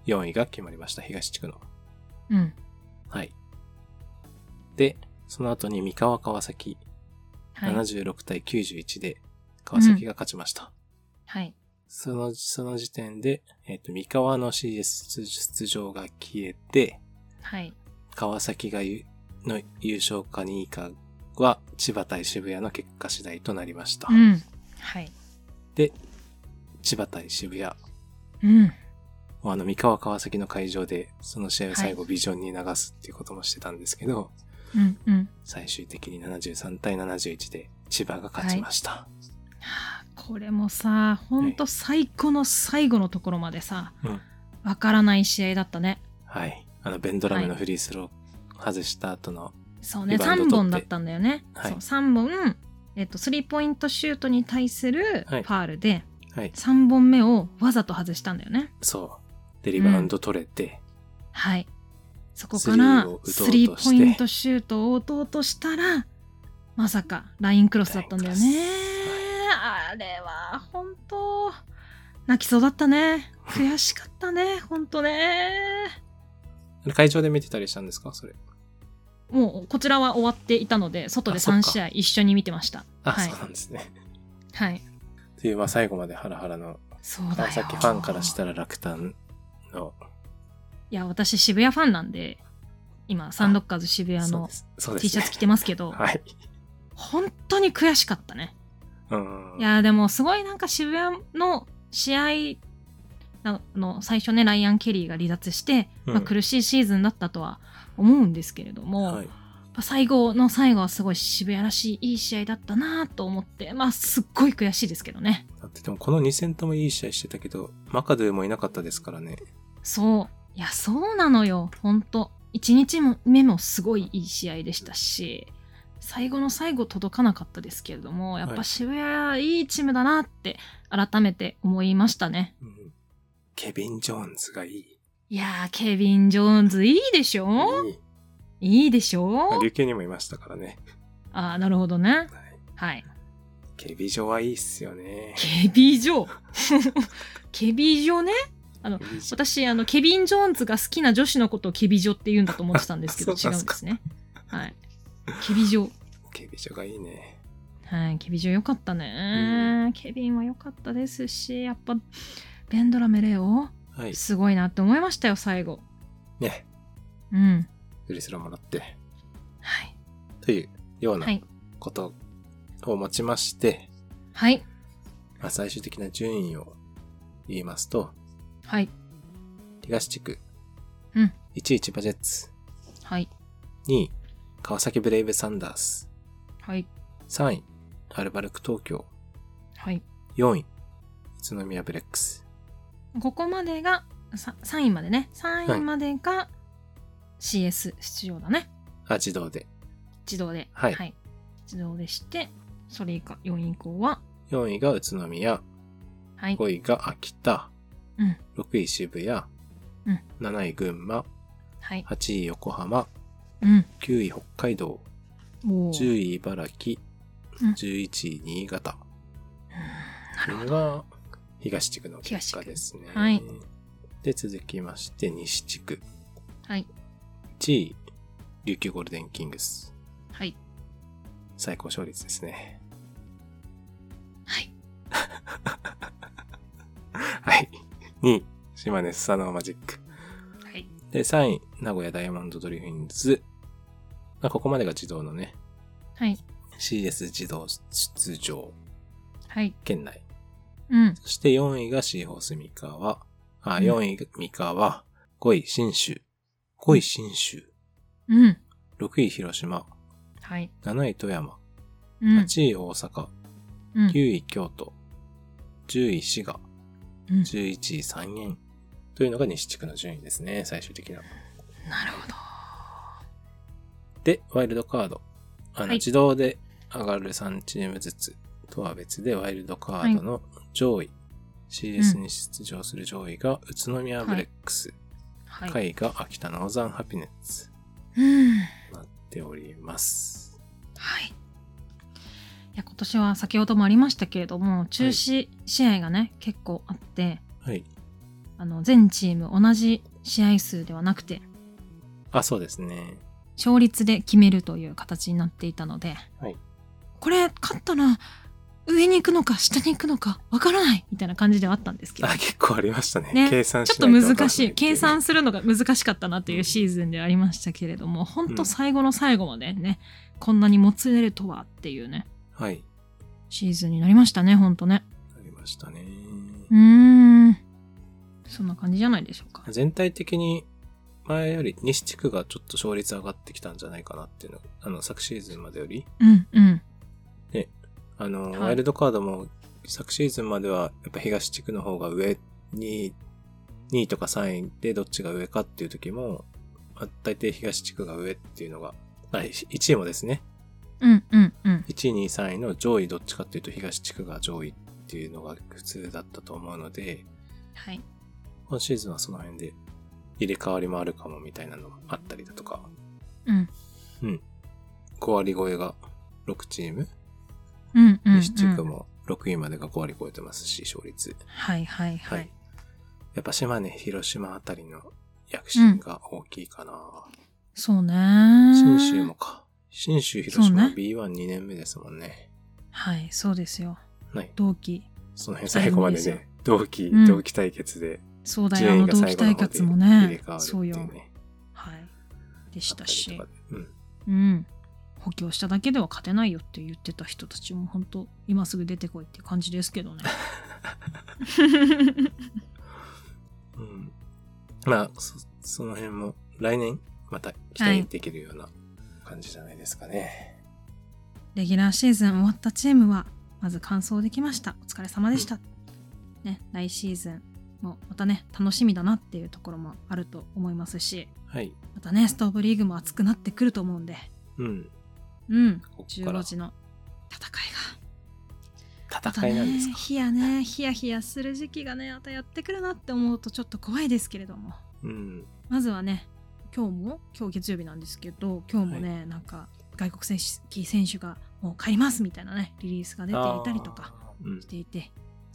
Speaker 1: 4位が決まりました、東地区の。
Speaker 2: うん。
Speaker 1: はい。で、その後に三河川崎、
Speaker 2: はい。
Speaker 1: 76対91で川崎が勝ちました。
Speaker 2: はい。
Speaker 1: その、その時点で、えっ、と、三河の CS 出場が消えて、
Speaker 2: はい。
Speaker 1: 川崎がゆの優勝か2位かは、千葉対渋谷の結果次第となりました。
Speaker 2: うん。はい。
Speaker 1: で、千葉対渋谷、
Speaker 2: うん。
Speaker 1: あの、三河川崎の会場で、その試合を最後
Speaker 2: は
Speaker 1: ビジョンに流すっていうこともしてたんですけど、
Speaker 2: うん。うん。
Speaker 1: 最終的に73対71で千葉が勝ちました。
Speaker 2: はあこれもさ、ほんと最後の最後のところまでさ、
Speaker 1: うん
Speaker 2: わからない試合だったね。
Speaker 1: はい。あの、ベンドラムのフリースロー外した後の、
Speaker 2: そうね、
Speaker 1: リバウン
Speaker 2: 3
Speaker 1: ド取
Speaker 2: 本
Speaker 1: って
Speaker 2: だったんだよね。
Speaker 1: はい
Speaker 2: そう、3本、えっと、スリーポイントシュートに対するフ
Speaker 1: は
Speaker 2: ァ
Speaker 1: い
Speaker 2: ールで、
Speaker 1: はい、
Speaker 2: 3本目をわざと外したんだよね。
Speaker 1: そう。で、リバウンド取れて、
Speaker 2: はい。そこからス
Speaker 1: スリ
Speaker 2: リー
Speaker 1: ーを打とうとして
Speaker 2: ポイントシュートを打とうとしたら、まさかラインクロスだったんだよ
Speaker 1: ライ
Speaker 2: ね
Speaker 1: ンクロ。
Speaker 2: あれは本当、泣きそうだったね。悔しかった ね、本当ね。
Speaker 1: あれ会場で見てたりしたんですかそれ。
Speaker 2: もうこちらは終わっていたので、外で
Speaker 1: あそっか
Speaker 2: 3試合一緒に見てました。
Speaker 1: あ、
Speaker 2: はい
Speaker 1: そうなんですね。
Speaker 2: はい。
Speaker 1: っていう、まあ最後までハラハラの、
Speaker 2: そうだよ。
Speaker 1: 川崎ファンからしたら落胆の、
Speaker 2: いや、私渋谷ファンなんで、今、サンロッカーズ渋谷
Speaker 1: そう
Speaker 2: の
Speaker 1: です。そうです
Speaker 2: T
Speaker 1: ね
Speaker 2: シャツ着てますけど、
Speaker 1: はい。
Speaker 2: 本当に悔しかったね。
Speaker 1: うん。
Speaker 2: いやーでもすごいなんか渋谷の試合あの最初ねライアン・ケリーが離脱して、
Speaker 1: うん
Speaker 2: まあ、苦しいシーズンだったとは思うんですけれども、
Speaker 1: は
Speaker 2: やっ
Speaker 1: い。
Speaker 2: ぱ最後の最後はすごい渋谷らしいいい試合だったなと思ってまあすっごい悔しいですけどね
Speaker 1: だってでもこの2戦ともいい試合してたけど、マカドゥもいなかったですからね。
Speaker 2: そういやそうなのよほんと1日目もすごいいい試合でしたし最後の最後届かなかったですけれどもやっ
Speaker 1: は
Speaker 2: ぱ
Speaker 1: い
Speaker 2: 渋谷いいチームだなって改めて思いましたね。
Speaker 1: うん。ケビン・ジョーンズがいい。い
Speaker 2: いやー、ケビン・ジョーンズいいでしょ
Speaker 1: い
Speaker 2: いいでし
Speaker 1: まあ
Speaker 2: ょ
Speaker 1: 琉球にもいましたからね。
Speaker 2: あー、なるほどね。
Speaker 1: はい
Speaker 2: はい。
Speaker 1: ケビジョはいいっすよね。
Speaker 2: ケビジョ ケビジョね。
Speaker 1: ケビジョ
Speaker 2: 私、あの、ケビン・ジョーンズが好きな女子のことをケビジョって言うんだと思ってたんですけ ど、
Speaker 1: あそ
Speaker 2: 違
Speaker 1: う
Speaker 2: う
Speaker 1: か
Speaker 2: んですね。はい。ケビジョ。
Speaker 1: ケビジョがいいね。
Speaker 2: はい、ケビジョ良かったね。ケビンは良かったですし、やっぱ、ベンドラメレオ、
Speaker 1: はい。
Speaker 2: すごいなって思いましたよ、最後。
Speaker 1: ね。
Speaker 2: うん。
Speaker 1: フリースローもらって。
Speaker 2: はい。
Speaker 1: というような
Speaker 2: はい。
Speaker 1: ことをもちまして、
Speaker 2: はい。
Speaker 1: まあ、最終的な順位を言いますと、
Speaker 2: はい。
Speaker 1: 東地区。
Speaker 2: うん。
Speaker 1: 1位千葉ジェッツ。
Speaker 2: はい。
Speaker 1: 2位、川崎ブレイブサンダース。
Speaker 2: はい。
Speaker 1: 3位、アルバルク東京。
Speaker 2: はい。
Speaker 1: 4位、宇都宮ブレックス。
Speaker 2: ここまでが、さ3位までね。3位までが CS 出場だね。
Speaker 1: あ、自動で。
Speaker 2: 自動で。
Speaker 1: はい
Speaker 2: 自動でして、それ以下、4位以降は、
Speaker 1: 4位が宇都宮。
Speaker 2: はい。
Speaker 1: 5位が秋田。
Speaker 2: うん
Speaker 1: 6位渋谷。
Speaker 2: うん
Speaker 1: 7位群馬。
Speaker 2: はい。
Speaker 1: 8位横浜。
Speaker 2: うん。
Speaker 1: 9位北海道。
Speaker 2: おー
Speaker 1: 10位茨城。
Speaker 2: うん
Speaker 1: 11位新潟。
Speaker 2: うんなる
Speaker 1: こ
Speaker 2: ほ
Speaker 1: れ
Speaker 2: ど。
Speaker 1: が東地区の結果ですね。
Speaker 2: はい
Speaker 1: で、続きまして西地区。
Speaker 2: はい。
Speaker 1: 1位、琉球ゴールデンキングス。
Speaker 2: はい。
Speaker 1: 最高勝率ですね。
Speaker 2: はい。
Speaker 1: はい。2位、島根スサノーマジック。
Speaker 2: はい。
Speaker 1: で、3位、名古屋ダイヤモンドドリフィンズ。まあ、ここまでが自動のね、
Speaker 2: はい。
Speaker 1: CS 自動出場
Speaker 2: はい。
Speaker 1: 圏内。
Speaker 2: うん。
Speaker 1: そして4位がシーホース三河。あ、
Speaker 2: うん
Speaker 1: 4位が三河。5位、新州。5位、新州。
Speaker 2: うん。
Speaker 1: 6位、広島。
Speaker 2: はい。
Speaker 1: 7位、富山。
Speaker 2: うん。
Speaker 1: 8位、大阪。
Speaker 2: うん。
Speaker 1: 9位、京都。10位、滋賀。
Speaker 2: うん
Speaker 1: 11位、三原。というのが西地区の順位ですね、最終的な。
Speaker 2: なるほど。
Speaker 1: で、ワイルドカード。あの、
Speaker 2: はい
Speaker 1: 自動で上がる3チームずつとは別で、ワイルドカードの上位、CS に出場する上位が宇都宮ブレックス、
Speaker 2: はい。
Speaker 1: 下位が秋田ノーザンハピネッツ
Speaker 2: うん。
Speaker 1: となっております。
Speaker 2: はい。いや、今年は先ほどもありましたけれども、中止試合がね、結構あって、
Speaker 1: はい。
Speaker 2: あの、全チーム同じ試合数ではなくて、
Speaker 1: あ、そうですね。
Speaker 2: 勝率で決めるという形になっていたので、
Speaker 1: はい
Speaker 2: これ勝ったら上に行くのか下に行くのかわからないみたいな感じではあったんですけど
Speaker 1: あ、結構ありましたね。
Speaker 2: ね
Speaker 1: 計算
Speaker 2: ちょっ
Speaker 1: し
Speaker 2: と
Speaker 1: ないわかん
Speaker 2: 難
Speaker 1: な
Speaker 2: しい
Speaker 1: ってう
Speaker 2: 計算するのが難しかったなというシーズンではありましたけれども本
Speaker 1: う
Speaker 2: 当
Speaker 1: ん
Speaker 2: 最後の最後までね、こんなにもつれるとはっていうね
Speaker 1: はい。
Speaker 2: シーズンになりましたね本当ね
Speaker 1: ありましたね。
Speaker 2: うーんそんな感じじゃないでしょうか
Speaker 1: 全体的に前より西地区がちょっと勝率上がってきたんじゃないかなっていうのあの、昨シーズンまでより
Speaker 2: うんうん
Speaker 1: あの、
Speaker 2: はい
Speaker 1: ワイルドカードも昨シーズンまではやっぱ東地区の方が上に、2位とか3位でどっちが上かっていう時も、まあ大抵東地区が上っていうのが、あ1位もですね、
Speaker 2: うんうんうん
Speaker 1: 1位、2位、3位の上位どっちかっていうと東地区が上位っていうのが普通だったと思うので、
Speaker 2: はい
Speaker 1: 今シーズンはその辺で入れ替わりもあるかもみたいなのもあったりだとか、
Speaker 2: うん
Speaker 1: 5割超えが6チーム、
Speaker 2: うんうん、うん、
Speaker 1: 西地区も6位までが5割超えてますし、勝率。
Speaker 2: はいはいはい、
Speaker 1: はい。やっぱ島根、広島あたりの躍進が大きいかな。
Speaker 2: そうねー
Speaker 1: 信州もか。信州、広島、
Speaker 2: そうね
Speaker 1: B12 年目ですもんね。
Speaker 2: はいそうですよ
Speaker 1: はい。
Speaker 2: 同期
Speaker 1: その辺最後まで
Speaker 2: そうなんで
Speaker 1: ね、同期、
Speaker 2: うん
Speaker 1: 同期対決で、
Speaker 2: そうだよあ
Speaker 1: 順
Speaker 2: の
Speaker 1: 位が
Speaker 2: 同
Speaker 1: 最
Speaker 2: 期
Speaker 1: 後の
Speaker 2: 対
Speaker 1: 方
Speaker 2: 決
Speaker 1: で
Speaker 2: も
Speaker 1: 入れ
Speaker 2: ね
Speaker 1: 替わるって
Speaker 2: そうよ
Speaker 1: いうね。
Speaker 2: はいで
Speaker 1: あ
Speaker 2: し
Speaker 1: った
Speaker 2: た
Speaker 1: りと
Speaker 2: し
Speaker 1: かでうん。
Speaker 2: うん補強しただけでは勝てないよって言ってた人たちも本当今すぐ出てこいって感じですけ どね
Speaker 1: うん。まあ、そその辺も来年、また期待できるような感じじゃないですかね。
Speaker 2: レギュラーシーズン終わったチームはまず完走できましたお疲れ様でした、ね来シーズンもまたね楽しみだなっていうところもあると思いますし
Speaker 1: はい。
Speaker 2: またねストーブリーグも熱くなってくると思うんで
Speaker 1: うん。
Speaker 2: うん
Speaker 1: ここから
Speaker 2: 15時の戦いが
Speaker 1: 戦いなんですか。
Speaker 2: またね、ヒヤねヒヤヒヤする時期がねまたやってくるなって思うとちょっと怖いですけれども
Speaker 1: うん。
Speaker 2: まずはね今日も今日月曜日なんですけど今日もね、なんか外国選手選手がもう帰りますみたいなねリリースが出ていたりとか
Speaker 1: あー。うん
Speaker 2: し。ていて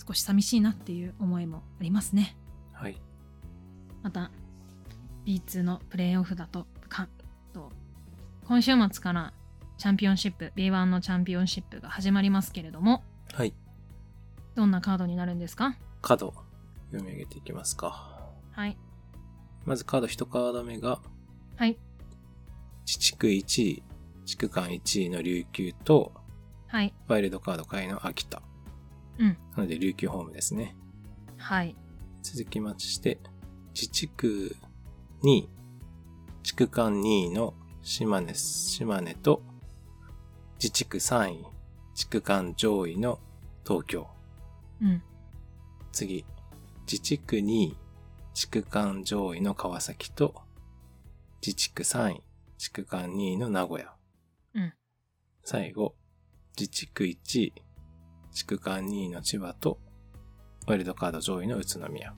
Speaker 2: 少し寂しいなっていう思いもありますね
Speaker 1: はい。
Speaker 2: また B2 のプレーオフだとかと今週末からチャンピオンシップ B1 のチャンピオンシップが始まりますけれども
Speaker 1: はい。
Speaker 2: どんなカードになるんですか
Speaker 1: 角、読み上げていきますか。
Speaker 2: はい
Speaker 1: まずカード1カード目が、
Speaker 2: はい
Speaker 1: 地地区1位、地区間1位の琉球と、
Speaker 2: はい
Speaker 1: ワイルドカード会の秋田。
Speaker 2: うん
Speaker 1: なので琉球ホームですね。
Speaker 2: はい
Speaker 1: 続き待ちして、自治区2位、地区間2位の島根、島根と、自治区3位、地区間上位の東京。
Speaker 2: うん。
Speaker 1: 次、自治区2位、地区間上位の川崎と、自治区3位、地区間2位の名古屋。
Speaker 2: うん
Speaker 1: 最後、自治区1位、地区間2位の千葉と、ワイルドカード上位の宇都宮。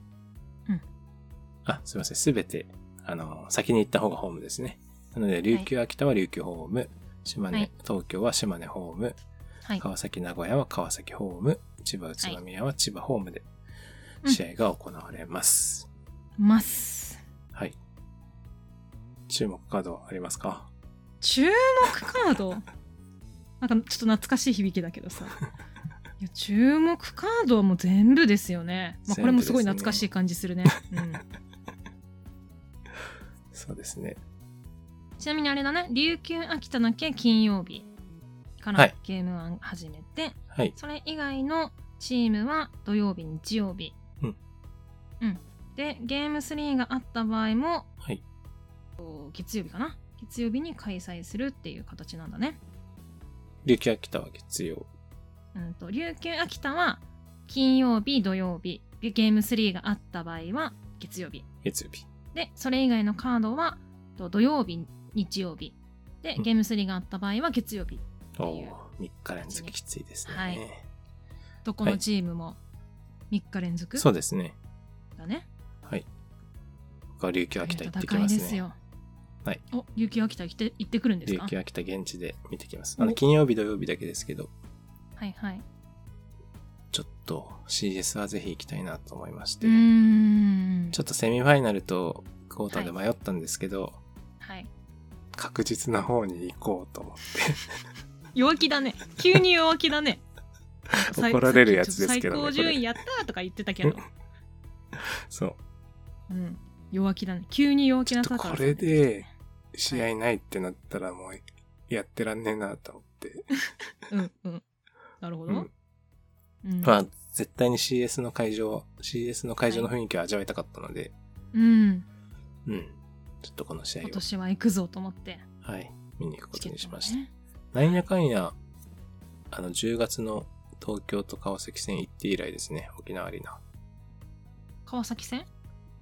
Speaker 2: うん
Speaker 1: あ、すいません。すべて、あの、先に行った方がホームですね。なので、琉球、秋田は琉球ホーム、島根、
Speaker 2: はい
Speaker 1: 東京は島根ホーム、
Speaker 2: はい。
Speaker 1: 川崎、名古屋は川崎ホーム、千葉、宇都宮は千葉ホームで
Speaker 2: うん
Speaker 1: 試合が行われます。
Speaker 2: ます。
Speaker 1: はい。注目カードありますか
Speaker 2: 注目カードなんかちょっと懐かしい響きだけどさいや注目カードはもう全部ですよね、まあ、これもすごい
Speaker 1: 全部ですね
Speaker 2: 懐かしい感じするね
Speaker 1: そうですね。
Speaker 2: うん、 ちなみにあれだね琉球秋田だけ金曜日か
Speaker 1: は
Speaker 2: ら
Speaker 1: い
Speaker 2: ゲーム1始めて、
Speaker 1: はい。
Speaker 2: それ以外のチームは土曜日日曜日
Speaker 1: うん、
Speaker 2: うんでゲーム3があった場合も
Speaker 1: はい。
Speaker 2: 月曜日かな月曜日に開催するっていう形なんだね
Speaker 1: 琉球秋田は月曜。
Speaker 2: うんと琉球秋田は金曜日土曜日ゲーム3があった場合は月曜日
Speaker 1: 月曜日。
Speaker 2: でそれ以外のカードはと土曜日日曜日で
Speaker 1: うん
Speaker 2: ゲーム3があった場合は月曜日
Speaker 1: お
Speaker 2: い
Speaker 1: お
Speaker 2: う
Speaker 1: 3日連続きついですね。
Speaker 2: はいどこのチームも3日連続
Speaker 1: そうですね。
Speaker 2: だね、
Speaker 1: はい。僕は琉球秋田行ってき
Speaker 2: 戦い
Speaker 1: ま
Speaker 2: ですす
Speaker 1: ね。
Speaker 2: よ
Speaker 1: はい
Speaker 2: お琉球秋田行って行ってくるんです
Speaker 1: 琉
Speaker 2: か
Speaker 1: 球秋田現地で見てきます。あの、
Speaker 2: お
Speaker 1: 金曜日土曜日だけですけど、
Speaker 2: はいはい
Speaker 1: ちょっと CS はぜひ行きたいなと思いまし
Speaker 2: う
Speaker 1: て。
Speaker 2: ーん
Speaker 1: ちょっとセミファイナルとクォーターで迷ったんですけど、
Speaker 2: はい
Speaker 1: 確実な方に行こうと思っ
Speaker 2: 弱気だね急に弱気 だね
Speaker 1: て、怒られるやつですけどね。こ
Speaker 2: 最高
Speaker 1: れ
Speaker 2: 順位やったーとか言ってたけど
Speaker 1: そう。
Speaker 2: うん、弱気だね急に弱気な
Speaker 1: ちょっと
Speaker 2: タタラ
Speaker 1: こ
Speaker 2: さんね
Speaker 1: れで、試合ないってなったらもう、やってらんねえなと思って。
Speaker 2: うんうんなるほど、
Speaker 1: うん
Speaker 2: うん
Speaker 1: まあ、絶対に CS の会場、CS の会場の雰囲気を味わいたかったので、
Speaker 2: うん
Speaker 1: うん。ちょっとこの試合を
Speaker 2: 今、年は行くぞと思って
Speaker 1: はい、見に行くことにしました。
Speaker 2: ね
Speaker 1: なんやかんや、あの、10月の東京と川崎戦行って以来ですね、沖縄アリーナ。
Speaker 2: 川崎戦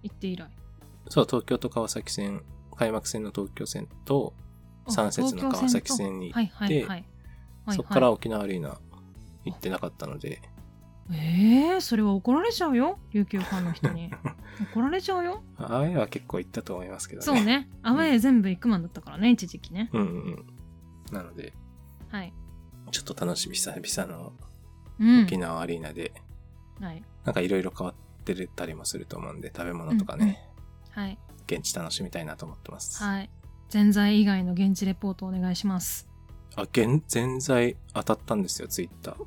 Speaker 2: 行って以来
Speaker 1: そう、東京と川崎戦、開幕戦の東京戦と、
Speaker 2: あ
Speaker 1: 三節の川崎戦に行って
Speaker 2: 東京戦とはいはいはいはい
Speaker 1: そこから
Speaker 2: はい
Speaker 1: 沖縄アリーナ行ってなかったので、
Speaker 2: えー、それは怒られちゃうよ琉球ファンの人 に怒られちゃうよ
Speaker 1: ああやは結構行ったと思いますけどね。
Speaker 2: そうねアウェー全部行くマンだったからね一時期ね
Speaker 1: うんうん。なので、
Speaker 2: はい
Speaker 1: ちょっと楽しみ、久々の
Speaker 2: うん
Speaker 1: 沖縄アリーナで、
Speaker 2: はい
Speaker 1: なんかいろいろ変わってたりもすると思うんで、食べ物とかね、
Speaker 2: はい
Speaker 1: 現地楽しみたいなと思ってます。
Speaker 2: はい全財以外の現地レポートお願いします
Speaker 1: あ、現、全在当たったんですよ、ツイッター。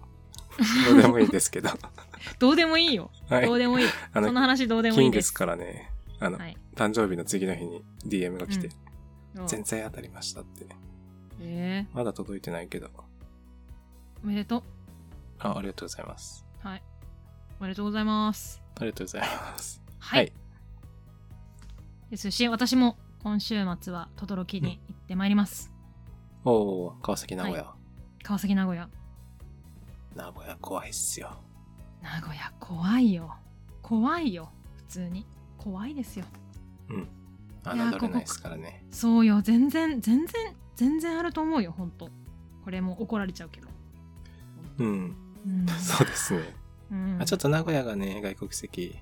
Speaker 1: どうでもいいですけ ど。
Speaker 2: どうでもいいよ、
Speaker 1: はい
Speaker 2: どう。でもいい
Speaker 1: あ
Speaker 2: その
Speaker 1: の、
Speaker 2: 話どうでもい
Speaker 1: キ
Speaker 2: い
Speaker 1: ン
Speaker 2: で
Speaker 1: グ
Speaker 2: す
Speaker 1: スからね、あの、
Speaker 2: はい
Speaker 1: 誕生日の次の日に DM が来て、
Speaker 2: うん
Speaker 1: 全然当たりましたって。
Speaker 2: え
Speaker 1: まだ届いてないけど。
Speaker 2: ーおめでとう
Speaker 1: あ、ありがとうございます。
Speaker 2: はい。おめでとうございます。
Speaker 1: ありがとうございます。
Speaker 2: はい。。ですし、私も今週末は轟に行ってまいります。
Speaker 1: おー、川崎名古屋。
Speaker 2: 川崎名古屋。
Speaker 1: 名古屋怖いっすよ。
Speaker 2: 名古屋怖いよ。怖いよ。普通に。怖いですよ。いやー
Speaker 1: 侮れないですからね。
Speaker 2: そうよ。全然、全然、全然あると思うよ。ほんと。これも怒られちゃうけど。
Speaker 1: うん、
Speaker 2: うん。
Speaker 1: そうですね。
Speaker 2: うん
Speaker 1: あちょっと名古屋がね、外国籍、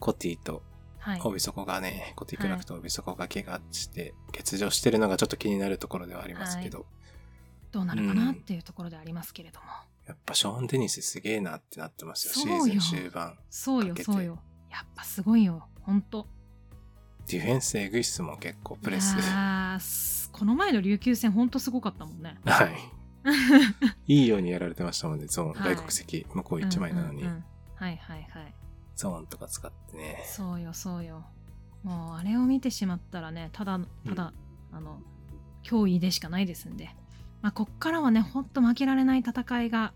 Speaker 1: コティと
Speaker 2: はい。
Speaker 1: オビソコがね、コティクラフとオビソコが怪我して、欠場してるのがちょっと気になるところではありますけど、
Speaker 2: どうなるかなっていうところでありますけれども。
Speaker 1: やっぱショーン・デニスすげえなってなってますよ、シ
Speaker 2: そ
Speaker 1: ー
Speaker 2: う
Speaker 1: ズ
Speaker 2: よ
Speaker 1: ン終盤。
Speaker 2: そうよ
Speaker 1: かけ、て
Speaker 2: そうよ。やっぱすごいよ。ほんと。
Speaker 1: ディフェンスエグいっすもん、結構プレス
Speaker 2: い。やーすこの前の琉球戦ほんとすごかったもんね。
Speaker 1: はい。いいようにやられてましたもんね、ゾーン。
Speaker 2: はい
Speaker 1: 外国籍、向こう1枚なのに
Speaker 2: うんうんう、んはいはいはい
Speaker 1: ゾーンとか使ってね。
Speaker 2: そうよそうよもうあれを見てしまったらねただただ、あの脅威でしかないですんで、まあ、こっからはねほんと負けられない戦いが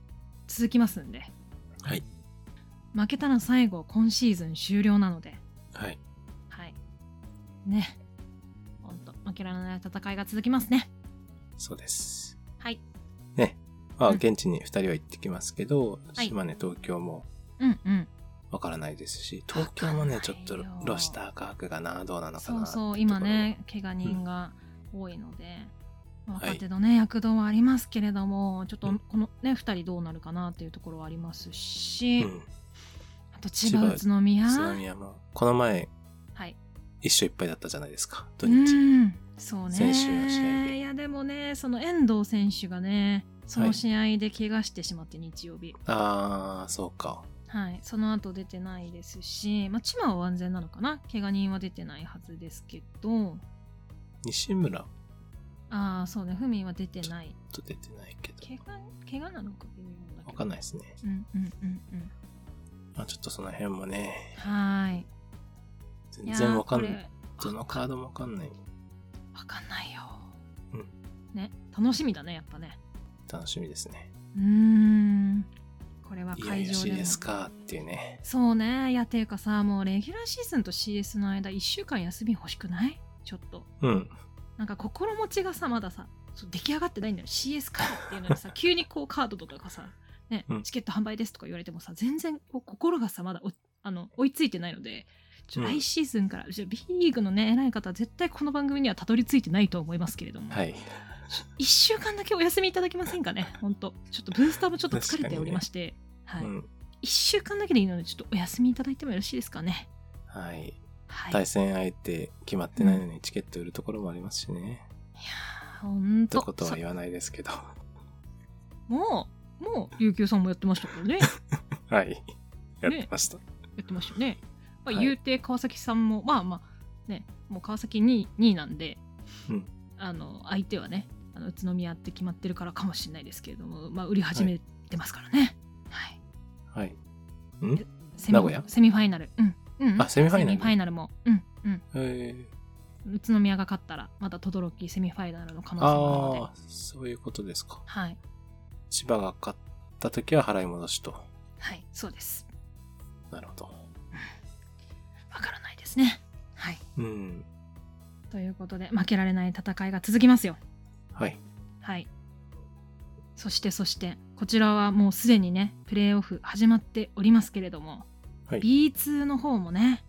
Speaker 2: 続きますんで
Speaker 1: はい。
Speaker 2: 負けたら最後、今シーズン終了なので、
Speaker 1: はい。
Speaker 2: はい。ね。ほんと、負けられない戦いが続きますね。
Speaker 1: そうです。
Speaker 2: はい。
Speaker 1: ね。まあ、
Speaker 2: うん
Speaker 1: 現地に2人は行ってきますけど、
Speaker 2: はい
Speaker 1: 島根、東京も
Speaker 2: うんうん。
Speaker 1: わからないですし、東京もね、
Speaker 2: わか
Speaker 1: ち
Speaker 2: ん
Speaker 1: ょ
Speaker 2: ない
Speaker 1: っ
Speaker 2: よ
Speaker 1: とロスター価格がな、どうなのか
Speaker 2: そ
Speaker 1: な。
Speaker 2: うそう、今。ね、怪我人が多いので、
Speaker 1: はい
Speaker 2: 若手のね、躍動はありますけれども、ちょっ
Speaker 1: う
Speaker 2: と
Speaker 1: ん
Speaker 2: このね、二人どうなるかなっていうところはありますし、
Speaker 1: うん。
Speaker 2: あと千葉、宇都宮。
Speaker 1: 津宮も、この前、
Speaker 2: はい。
Speaker 1: 一勝いっぱいだったじゃないですか、土
Speaker 2: う
Speaker 1: 日。
Speaker 2: ん。そうね。
Speaker 1: 先週の試合で
Speaker 2: いや、でもね、その遠藤選手がね、その試合で怪我してしまって、日曜日。
Speaker 1: あー、そうか。
Speaker 2: はい、その後出てないですし、まあ、千葉は安全なのかな怪我人は出てないはずですけど、
Speaker 1: 西村
Speaker 2: ああ、そうね、ふみんは出てない。
Speaker 1: と出てないけど、
Speaker 2: 怪我、怪我なのか微妙だけど。
Speaker 1: わかんない
Speaker 2: ない。
Speaker 1: ですね。
Speaker 2: うんうんうんうん。
Speaker 1: まあ、ちょっとその辺もね、
Speaker 2: はーい。
Speaker 1: 全然わかんな
Speaker 2: い
Speaker 1: い。
Speaker 2: やーこ
Speaker 1: ど
Speaker 2: れ
Speaker 1: のカードもわかんない。
Speaker 2: わかんないよ。
Speaker 1: うん
Speaker 2: ね、楽しみだね、やっぱね。
Speaker 1: 楽しみですね。
Speaker 2: うーん。これはい
Speaker 1: やいや
Speaker 2: 会場で
Speaker 1: しい
Speaker 2: も。
Speaker 1: ですかっていうね。
Speaker 2: そうね。いや、ていうかさ、もうレギュラーシーズンと CS の間、1週間休み欲しくないちょっと。
Speaker 1: うん。
Speaker 2: なんか心持ちがさまださそう出来上がってないんだよ CS カードっていうの にさ急にこうカードとかがさ、ね
Speaker 1: うん
Speaker 2: チケット販売ですとか言われてもさ全然こう心がさまだおあの追いついてないのでちょ
Speaker 1: うん
Speaker 2: 来シーズンから、じゃあ B リーグのね偉い方は絶対この番組にはたどり着いてないと思いますけれども、
Speaker 1: はい。
Speaker 2: 1週間だけお休みいただけませんかね本当ちょっとブースターもちょっと疲れておりまして、はい
Speaker 1: うん。
Speaker 2: 1週間だけでいいのでちょっとお休みいただいてもよろしいですかね
Speaker 1: はい。
Speaker 2: はい
Speaker 1: 対戦相手決まってないのにチケット売るところもありますしね。
Speaker 2: 本
Speaker 1: と
Speaker 2: 当
Speaker 1: ことは言わないですけど。
Speaker 2: もうもう琉球さんもやってましたからね
Speaker 1: はい。やってました。
Speaker 2: やってましたよね。まあ、
Speaker 1: はい
Speaker 2: 言うて川崎さんも、まあまあねもう川崎 2, 2位なんで、
Speaker 1: うん
Speaker 2: あの相手はねあの宇都宮って決まってるからかもしれないですけれども、まあ、売り始めてますからね。はい
Speaker 1: はい。
Speaker 2: セミ
Speaker 1: 名古屋
Speaker 2: セミファイナル。うんうん、
Speaker 1: あセミファイナル
Speaker 2: セミファイナルも、うんう
Speaker 1: えー、
Speaker 2: ん、宇都宮が勝ったらまた轟セミファイナルの可能性もあるの
Speaker 1: あ
Speaker 2: で。
Speaker 1: あ、そういうことですか。
Speaker 2: はい
Speaker 1: 千葉が勝った時は払い戻しと。
Speaker 2: はいそうです。
Speaker 1: なるほど。
Speaker 2: わからないですね。はい
Speaker 1: うん。
Speaker 2: ということで負けられない戦いが続きますよ。
Speaker 1: はい。
Speaker 2: はい。そしてそして、こちらはもうすでにね、プレーオフ始まっておりますけれども、
Speaker 1: はい
Speaker 2: B2 の方もね、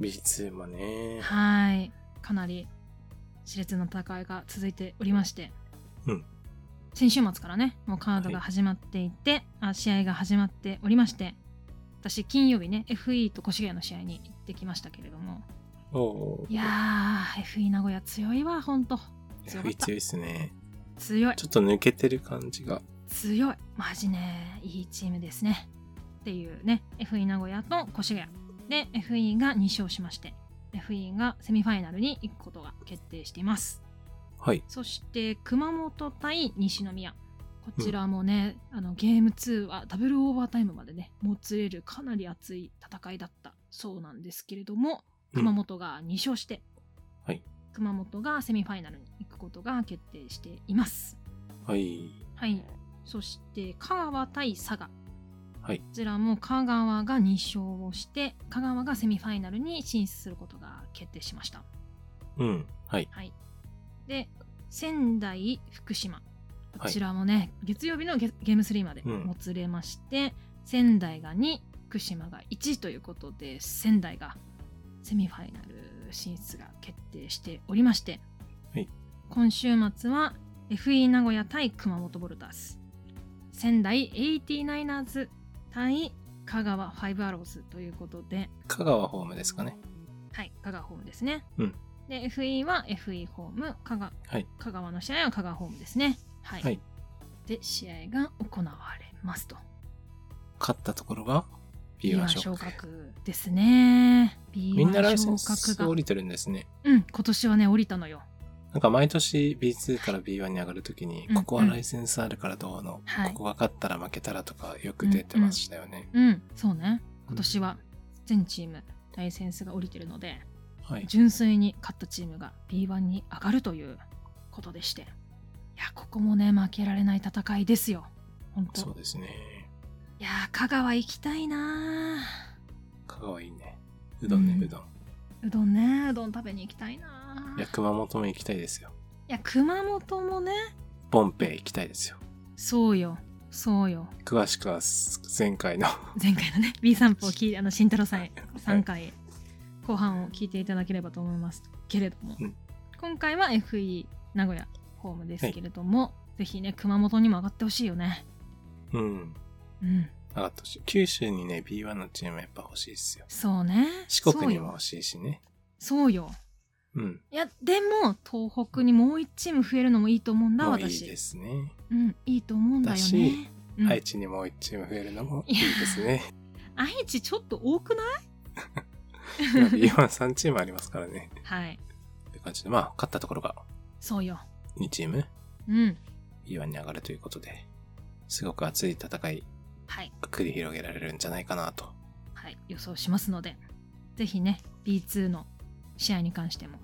Speaker 1: B2 もね。
Speaker 2: はい、かなり熾烈な戦いが続いておりまして、
Speaker 1: うん
Speaker 2: 先週末からね、もうカードが始まっていて、あ試合が始まっておりまして、私、金曜日ね、FE と越谷の試合に行ってきましたけれども、
Speaker 1: おー
Speaker 2: いやー、FE 名古屋強いわ、ほんと。強かっ
Speaker 1: F1
Speaker 2: た
Speaker 1: 強いですね。
Speaker 2: 強い。
Speaker 1: ちょっと抜けてる感じが。
Speaker 2: 強いマジねいいチームですねっていうね FE 名古屋と越谷で FE が2勝しまして FE がセミファイナルに行くことが決定しています
Speaker 1: はい。
Speaker 2: そして熊本対西宮こちらもね、あのゲーム2はダブルオーバータイムまでねもつれるかなり熱い戦いだったそうなんですけれども
Speaker 1: うん
Speaker 2: 熊本が2勝して、
Speaker 1: はい
Speaker 2: 熊本がセミファイナルに行くことが決定しています
Speaker 1: はい。
Speaker 2: はい。そして、香川対佐賀。
Speaker 1: はい
Speaker 2: こちらも香川が2勝をして、香川がセミファイナルに進出することが決定しました。
Speaker 1: うん。はい。
Speaker 2: はい。で、仙台、福島。
Speaker 1: は
Speaker 2: こ
Speaker 1: い
Speaker 2: ちらもね、月曜日のゲゲーム3まで
Speaker 1: うん
Speaker 2: もつれまして、仙台が2、福島が1ということで、仙台がセミファイナル進出が決定しておりまして、
Speaker 1: はい
Speaker 2: 今週末は FE 名古屋対熊本ボルタース、仙台 89ers 対香川ファイブアローズということで、
Speaker 1: 香川ホームですかね。
Speaker 2: はい、香川ホームですね。
Speaker 1: うん
Speaker 2: で、FE は FE ホーム、香川,、
Speaker 1: はい
Speaker 2: 香川の試合は香川ホームですね。はい。
Speaker 1: はい
Speaker 2: で、試合が行われますと。
Speaker 1: 勝ったところが B1 昇
Speaker 2: 昇
Speaker 1: 格。
Speaker 2: 格ですね。
Speaker 1: みんな
Speaker 2: B1
Speaker 1: ライセン
Speaker 2: 昇
Speaker 1: ス
Speaker 2: 格
Speaker 1: 降
Speaker 2: が。
Speaker 1: りてるんですね。
Speaker 2: うん、今年はね、降りたのよ。
Speaker 1: なんか毎年 B2 から B1 に上がるときに、
Speaker 2: うん
Speaker 1: ここはライセンスあるからどうの、
Speaker 2: はい
Speaker 1: ここが勝ったら負けたらとかよく出てましたよね。
Speaker 2: うん、そうね。今年は全チーム、ライセンスが降りてるので、
Speaker 1: はい。
Speaker 2: 純粋に勝ったチームが B1 に上がるということでして。いや、ここもね、負けられない戦いですよ。本当
Speaker 1: そうですね。
Speaker 2: いやー、香川行きたいな
Speaker 1: 香川いいね。うどんね
Speaker 2: う、ん
Speaker 1: うどん。
Speaker 2: ーうどんね、うどん食べに行きたいない
Speaker 1: や、熊本も行きたいですよ。
Speaker 2: いや、熊本もね、
Speaker 1: ポンペイ行きたいですよ。
Speaker 2: そうよ、そうよ。
Speaker 1: 詳しくは前回の
Speaker 2: 前回のね B 散歩を聞いあの慎太郎さんへ3回後半を聞いていただければと思いますけれども、
Speaker 1: うん
Speaker 2: 今回は FE 名古屋ホームですけれども、ぜひね熊本にも上がってほしいよね
Speaker 1: うん
Speaker 2: うん
Speaker 1: 上がってほしい九州にね B1 のチームやっぱ欲しいですよ
Speaker 2: そうね
Speaker 1: 四国にも
Speaker 2: そうよ
Speaker 1: 欲しいしね
Speaker 2: そうよ
Speaker 1: うん
Speaker 2: いやでも東北にもう1チーム増えるのもいいと思うんだ
Speaker 1: もうい
Speaker 2: 私
Speaker 1: いですね、
Speaker 2: うん、いいと思うんだよ
Speaker 1: だ
Speaker 2: ね
Speaker 1: し、
Speaker 2: うん
Speaker 1: 愛知にもう1チーム増えるのもいいですね
Speaker 2: 愛知ちょっと多くない
Speaker 1: B13 チームありますからね
Speaker 2: はい
Speaker 1: という感じでまあ勝ったところが
Speaker 2: そうよ
Speaker 1: 2チーム
Speaker 2: うん
Speaker 1: B1 に上がるということですごく熱い戦い
Speaker 2: はい
Speaker 1: が繰り広げられるんじゃないかなと
Speaker 2: はい、予想しますので、ぜひね、B2 の試合に関しても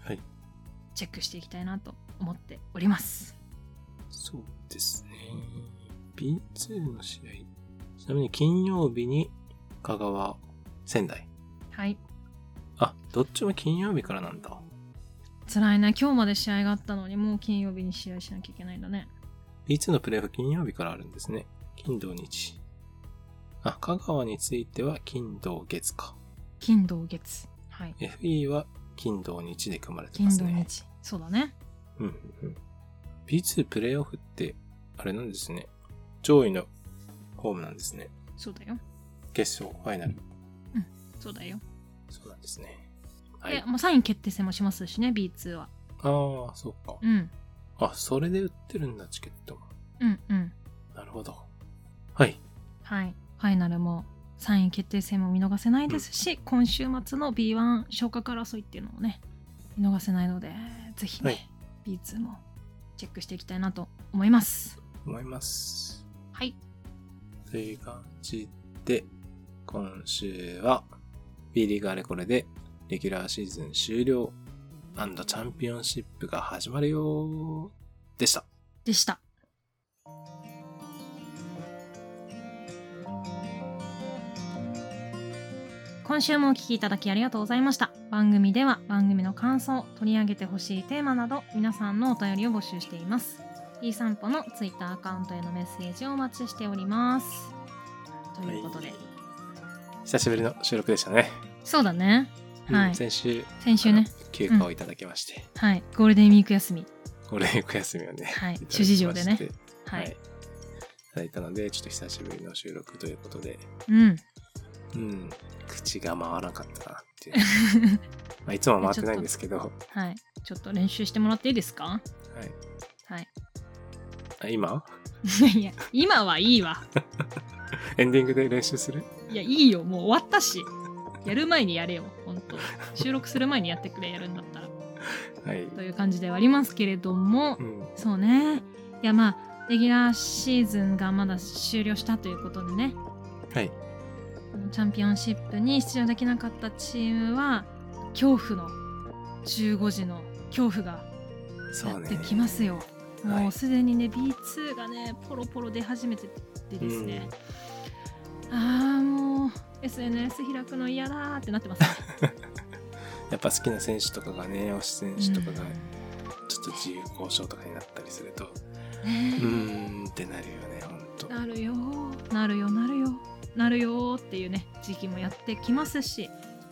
Speaker 1: はい
Speaker 2: チェックしていきたいなと思っております。
Speaker 1: そうですね B2 の試合ちなみに金曜日に香川仙台
Speaker 2: はい、
Speaker 1: あどっちも金曜日からなんだ
Speaker 2: 辛いね、今日まで試合があったのに、もう金曜日に試合しなきゃいけないんだね。
Speaker 1: B2 のプレーオフ金曜日からあるんですね。金土日。あ、香川については金土月か。
Speaker 2: 金、土、月。はい、
Speaker 1: FE は金土日で組まれて
Speaker 2: 金
Speaker 1: ま、す
Speaker 2: 土、
Speaker 1: ね。
Speaker 2: 日。そうだね。
Speaker 1: うんうんうん。B2 プレーオフって、あれなんですね。上位のホームなんですね。
Speaker 2: そうだよ。
Speaker 1: 決勝、ファイナル。
Speaker 2: そうだよ。
Speaker 1: そうなんですね。は
Speaker 2: で、
Speaker 1: い。あ
Speaker 2: もう3位決定戦もしますしね、B2 は。
Speaker 1: あー、そうか。
Speaker 2: うん、
Speaker 1: あ、それで売ってるんだ、チケットも。
Speaker 2: うん、うん。
Speaker 1: なるほど。はい。
Speaker 2: はい、ファイナルも3位決定戦も見逃せないですし、今週末の B1 昇格争いっていうのもね見逃せないのでぜひね、
Speaker 1: はい
Speaker 2: B2 もチェックしていきたいなと思います
Speaker 1: 思います。
Speaker 2: はい
Speaker 1: という感じで、今週は B リーグあれこれでレギュラーシーズン終了チャンピオンシップが始まるよーでした。
Speaker 2: でした今週もお聞きいただきありがとうございました番組では番組の感想取り上げてほしいテーマなど皆さんのお便りを募集しています B 散歩のツイッターアカウントへのメッセージをお待ちしておりますということで、
Speaker 1: はい久しぶりの収録でしたね。
Speaker 2: そうだねはい
Speaker 1: うん先週、
Speaker 2: 先週ね
Speaker 1: あの休暇をいただきまして、
Speaker 2: はいゴールデンウィーク休み
Speaker 1: ゴールデンウィーク休みをね、
Speaker 2: はい
Speaker 1: ただきまして
Speaker 2: 諸事情でね。は、
Speaker 1: はいい。いただいたので、ちょっと久しぶりの収録ということで、
Speaker 2: うん
Speaker 1: うん、口が回らなかったなっていう。 まあ、いつも回ってないんですけど、は
Speaker 2: はいちょっと練習してもらっていいですか
Speaker 1: い。
Speaker 2: はい
Speaker 1: あ今
Speaker 2: いや今はいいわ
Speaker 1: エンディングで練習する
Speaker 2: いや、いいよ、もう終わったし。やる前にやれよ、ほんと。収録する前にやってくれ、やるんだったら。
Speaker 1: はい。
Speaker 2: という感じではありますけれども
Speaker 1: う、ん。
Speaker 2: そうね。いや、まあ、レギュラーシーズンがまだ終了したということでね、
Speaker 1: はい。
Speaker 2: チャンピオンシップに出場できなかったチームは、恐怖の15時の恐怖が
Speaker 1: そ
Speaker 2: や
Speaker 1: う
Speaker 2: っ
Speaker 1: ね。
Speaker 2: てきますよ。
Speaker 1: はい
Speaker 2: もうすでにね、B2 がね、ポロポロ出始めててですね。ああ、もう SNS 開くの嫌だーってなってますね。
Speaker 1: やっぱ好きな選手とかがね、推し選手とかが、
Speaker 2: う
Speaker 1: ちょっと自由交渉とかになったりすると、
Speaker 2: ん
Speaker 1: う
Speaker 2: ねえ
Speaker 1: ーんってなるよね、ほんと。
Speaker 2: なるよなるよなるよなるよっていうね時期もやってきますし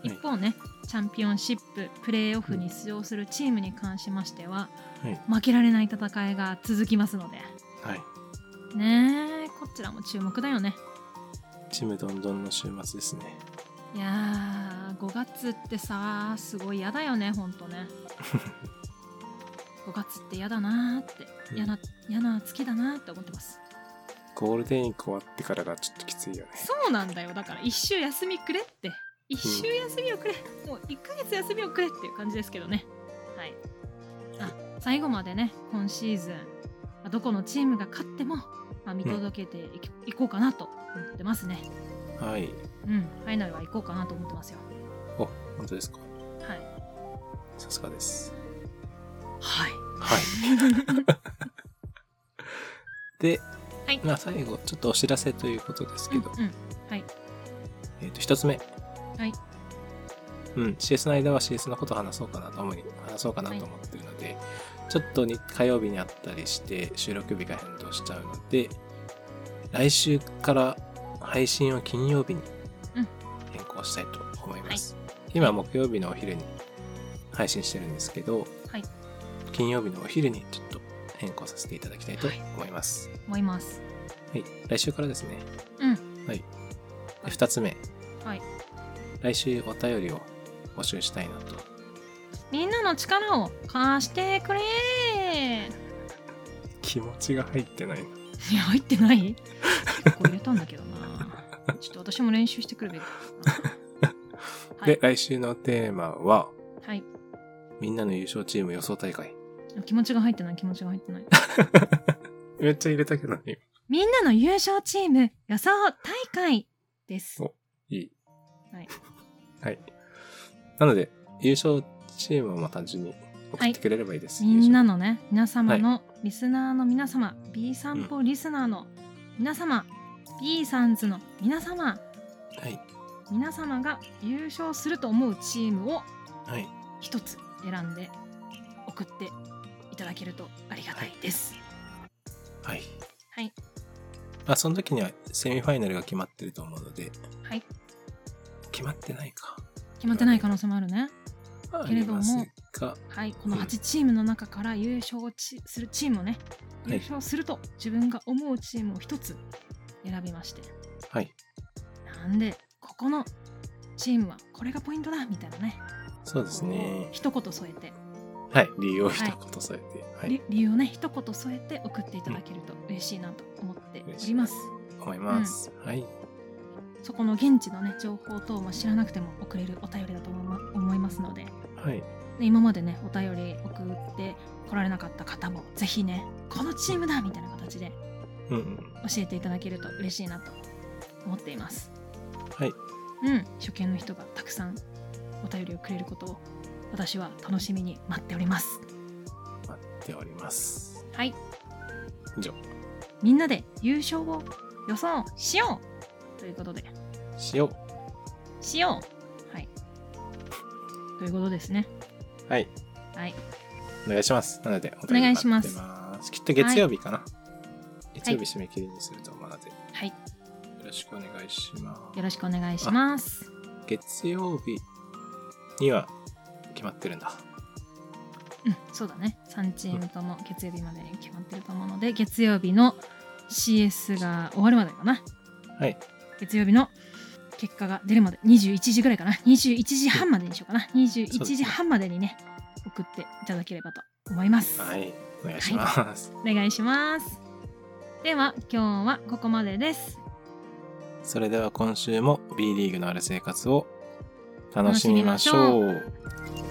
Speaker 1: い
Speaker 2: 一方ね、チャンピオンシッププレーオフに出場するチームに関しましては、
Speaker 1: はい
Speaker 2: 負けられない戦いが続きますので
Speaker 1: はい。
Speaker 2: ねえこちらも注目だよね
Speaker 1: チームどんどんの週末ですね。
Speaker 2: いやー5月ってさすごい嫌だよねほん とね5月って嫌だなーって
Speaker 1: うん
Speaker 2: 嫌な嫌な月だなーって思ってます
Speaker 1: ゴールデンウィーク終わってからがちょっときついよね。
Speaker 2: そうなんだよだから一週休みくれって一週休みをくれ、もう1ヶ月休みをくれっていう感じですけどねはいあ最後までね今シーズンまあどこのチームが勝っても、まあ、見届けてい,、いこうかなと思ってますね
Speaker 1: はい。
Speaker 2: うんファイナルは行こうかなと思ってますよ
Speaker 1: お、本当ですか。
Speaker 2: はい
Speaker 1: さすがです。
Speaker 2: はい
Speaker 1: はい。で、
Speaker 2: ははい
Speaker 1: まあ最後、ちょっとお知らせということですけど、
Speaker 2: うんうんはい
Speaker 1: えっ、と、一つ目。
Speaker 2: はい
Speaker 1: うん、CS の間は CS のことを話そうかなと、主に話そうかなと思ってるので、ちょっとに火曜日にあったりして、収録日が変動しちゃうので、来週から配信を金曜日に
Speaker 2: うん
Speaker 1: 変更したいと思います。今、木曜日のお昼に配信してるんですけど、
Speaker 2: はい
Speaker 1: 金曜日のお昼にちょっと変更させていただきたいと思います。
Speaker 2: 思います
Speaker 1: はい、来週からですね。
Speaker 2: うん
Speaker 1: はい。で二つ目。
Speaker 2: はい。
Speaker 1: 来週お便りを募集したいなと。
Speaker 2: みんなの力を貸してくれ
Speaker 1: 気持ちが入ってないな。
Speaker 2: いや入ってない結構入れたんだけどなちょっと私も練習してくるべきだなはい
Speaker 1: で、来週のテーマは、
Speaker 2: はい
Speaker 1: みんなの優勝チーム予想大会。
Speaker 2: 気持ちが入ってない気持ちが入ってない
Speaker 1: めっちゃ入れたけどね。
Speaker 2: みんなの優勝チーム予想大会です。
Speaker 1: いい。
Speaker 2: はい。
Speaker 1: はい。なので、優勝チームをまあ単純に送ってくれればいいです。
Speaker 2: みんなのね、皆様の、リスナーの皆様、B 散歩リスナーの皆様、B サンズの皆様、
Speaker 1: 優勝。はい。
Speaker 2: 皆様が優勝すると思うチームを
Speaker 1: はい。
Speaker 2: 一つ選んで送っていただけるとありがたいです。
Speaker 1: はい。
Speaker 2: はい。
Speaker 1: まあ、その時にはセミファイナルが決まってると思うので、
Speaker 2: はい。
Speaker 1: 決まってないか。
Speaker 2: 決まってない可能性もあるね。
Speaker 1: あ
Speaker 2: けれども
Speaker 1: りますが、
Speaker 2: はい。この8チームの中から優勝ちするチームをね、
Speaker 1: はい
Speaker 2: 優勝すると自分が思うチームを一つ選びまして。
Speaker 1: はい。
Speaker 2: なんでここのチームはこれがポイントだみたいなね
Speaker 1: そうですね
Speaker 2: こう。一言添えて、
Speaker 1: はい。理由を一言添えて、はい。
Speaker 2: り理由をね一言添えて送っていただけると嬉しいなと思っております、
Speaker 1: 思います。はい。
Speaker 2: そこの現地のね情報等も知らなくても送れるお便りだと思いま思いますのでで
Speaker 1: はい。
Speaker 2: 今までねお便り送って来られなかった方もぜひねこのチームだみたいな形で
Speaker 1: うんうん。
Speaker 2: 教えていただけると嬉しいなと思っています
Speaker 1: はい。
Speaker 2: うん、初見の人がたくさんお便りをくれることを私は楽しみに待っております
Speaker 1: 待っております。
Speaker 2: はい
Speaker 1: 以上。
Speaker 2: みんなで優勝を予想しようということで
Speaker 1: しよ
Speaker 2: しようはいということですね
Speaker 1: う。はい。
Speaker 2: はい
Speaker 1: お願いします。なので、お
Speaker 2: 願いします
Speaker 1: 便り待ってますきっと月曜日かな。月曜日締め切りにすると思うので、よ
Speaker 2: はい
Speaker 1: ろしくお願いします。
Speaker 2: よろしくお願いします
Speaker 1: 月曜日には決まってるんだ。
Speaker 2: うんそうだね3チームとも月曜日までに決まってると思うので月曜日の CS が終わるまでかな
Speaker 1: はい。
Speaker 2: 月曜日の結果が出るまで21時ぐらいかな21時半までにしようかな21時半までにね送っていただければと思います、
Speaker 1: はい。お願いします。
Speaker 2: お願いしますでは今日はここまでです
Speaker 1: それでは今週も B リーグのある生活を楽しみましょう。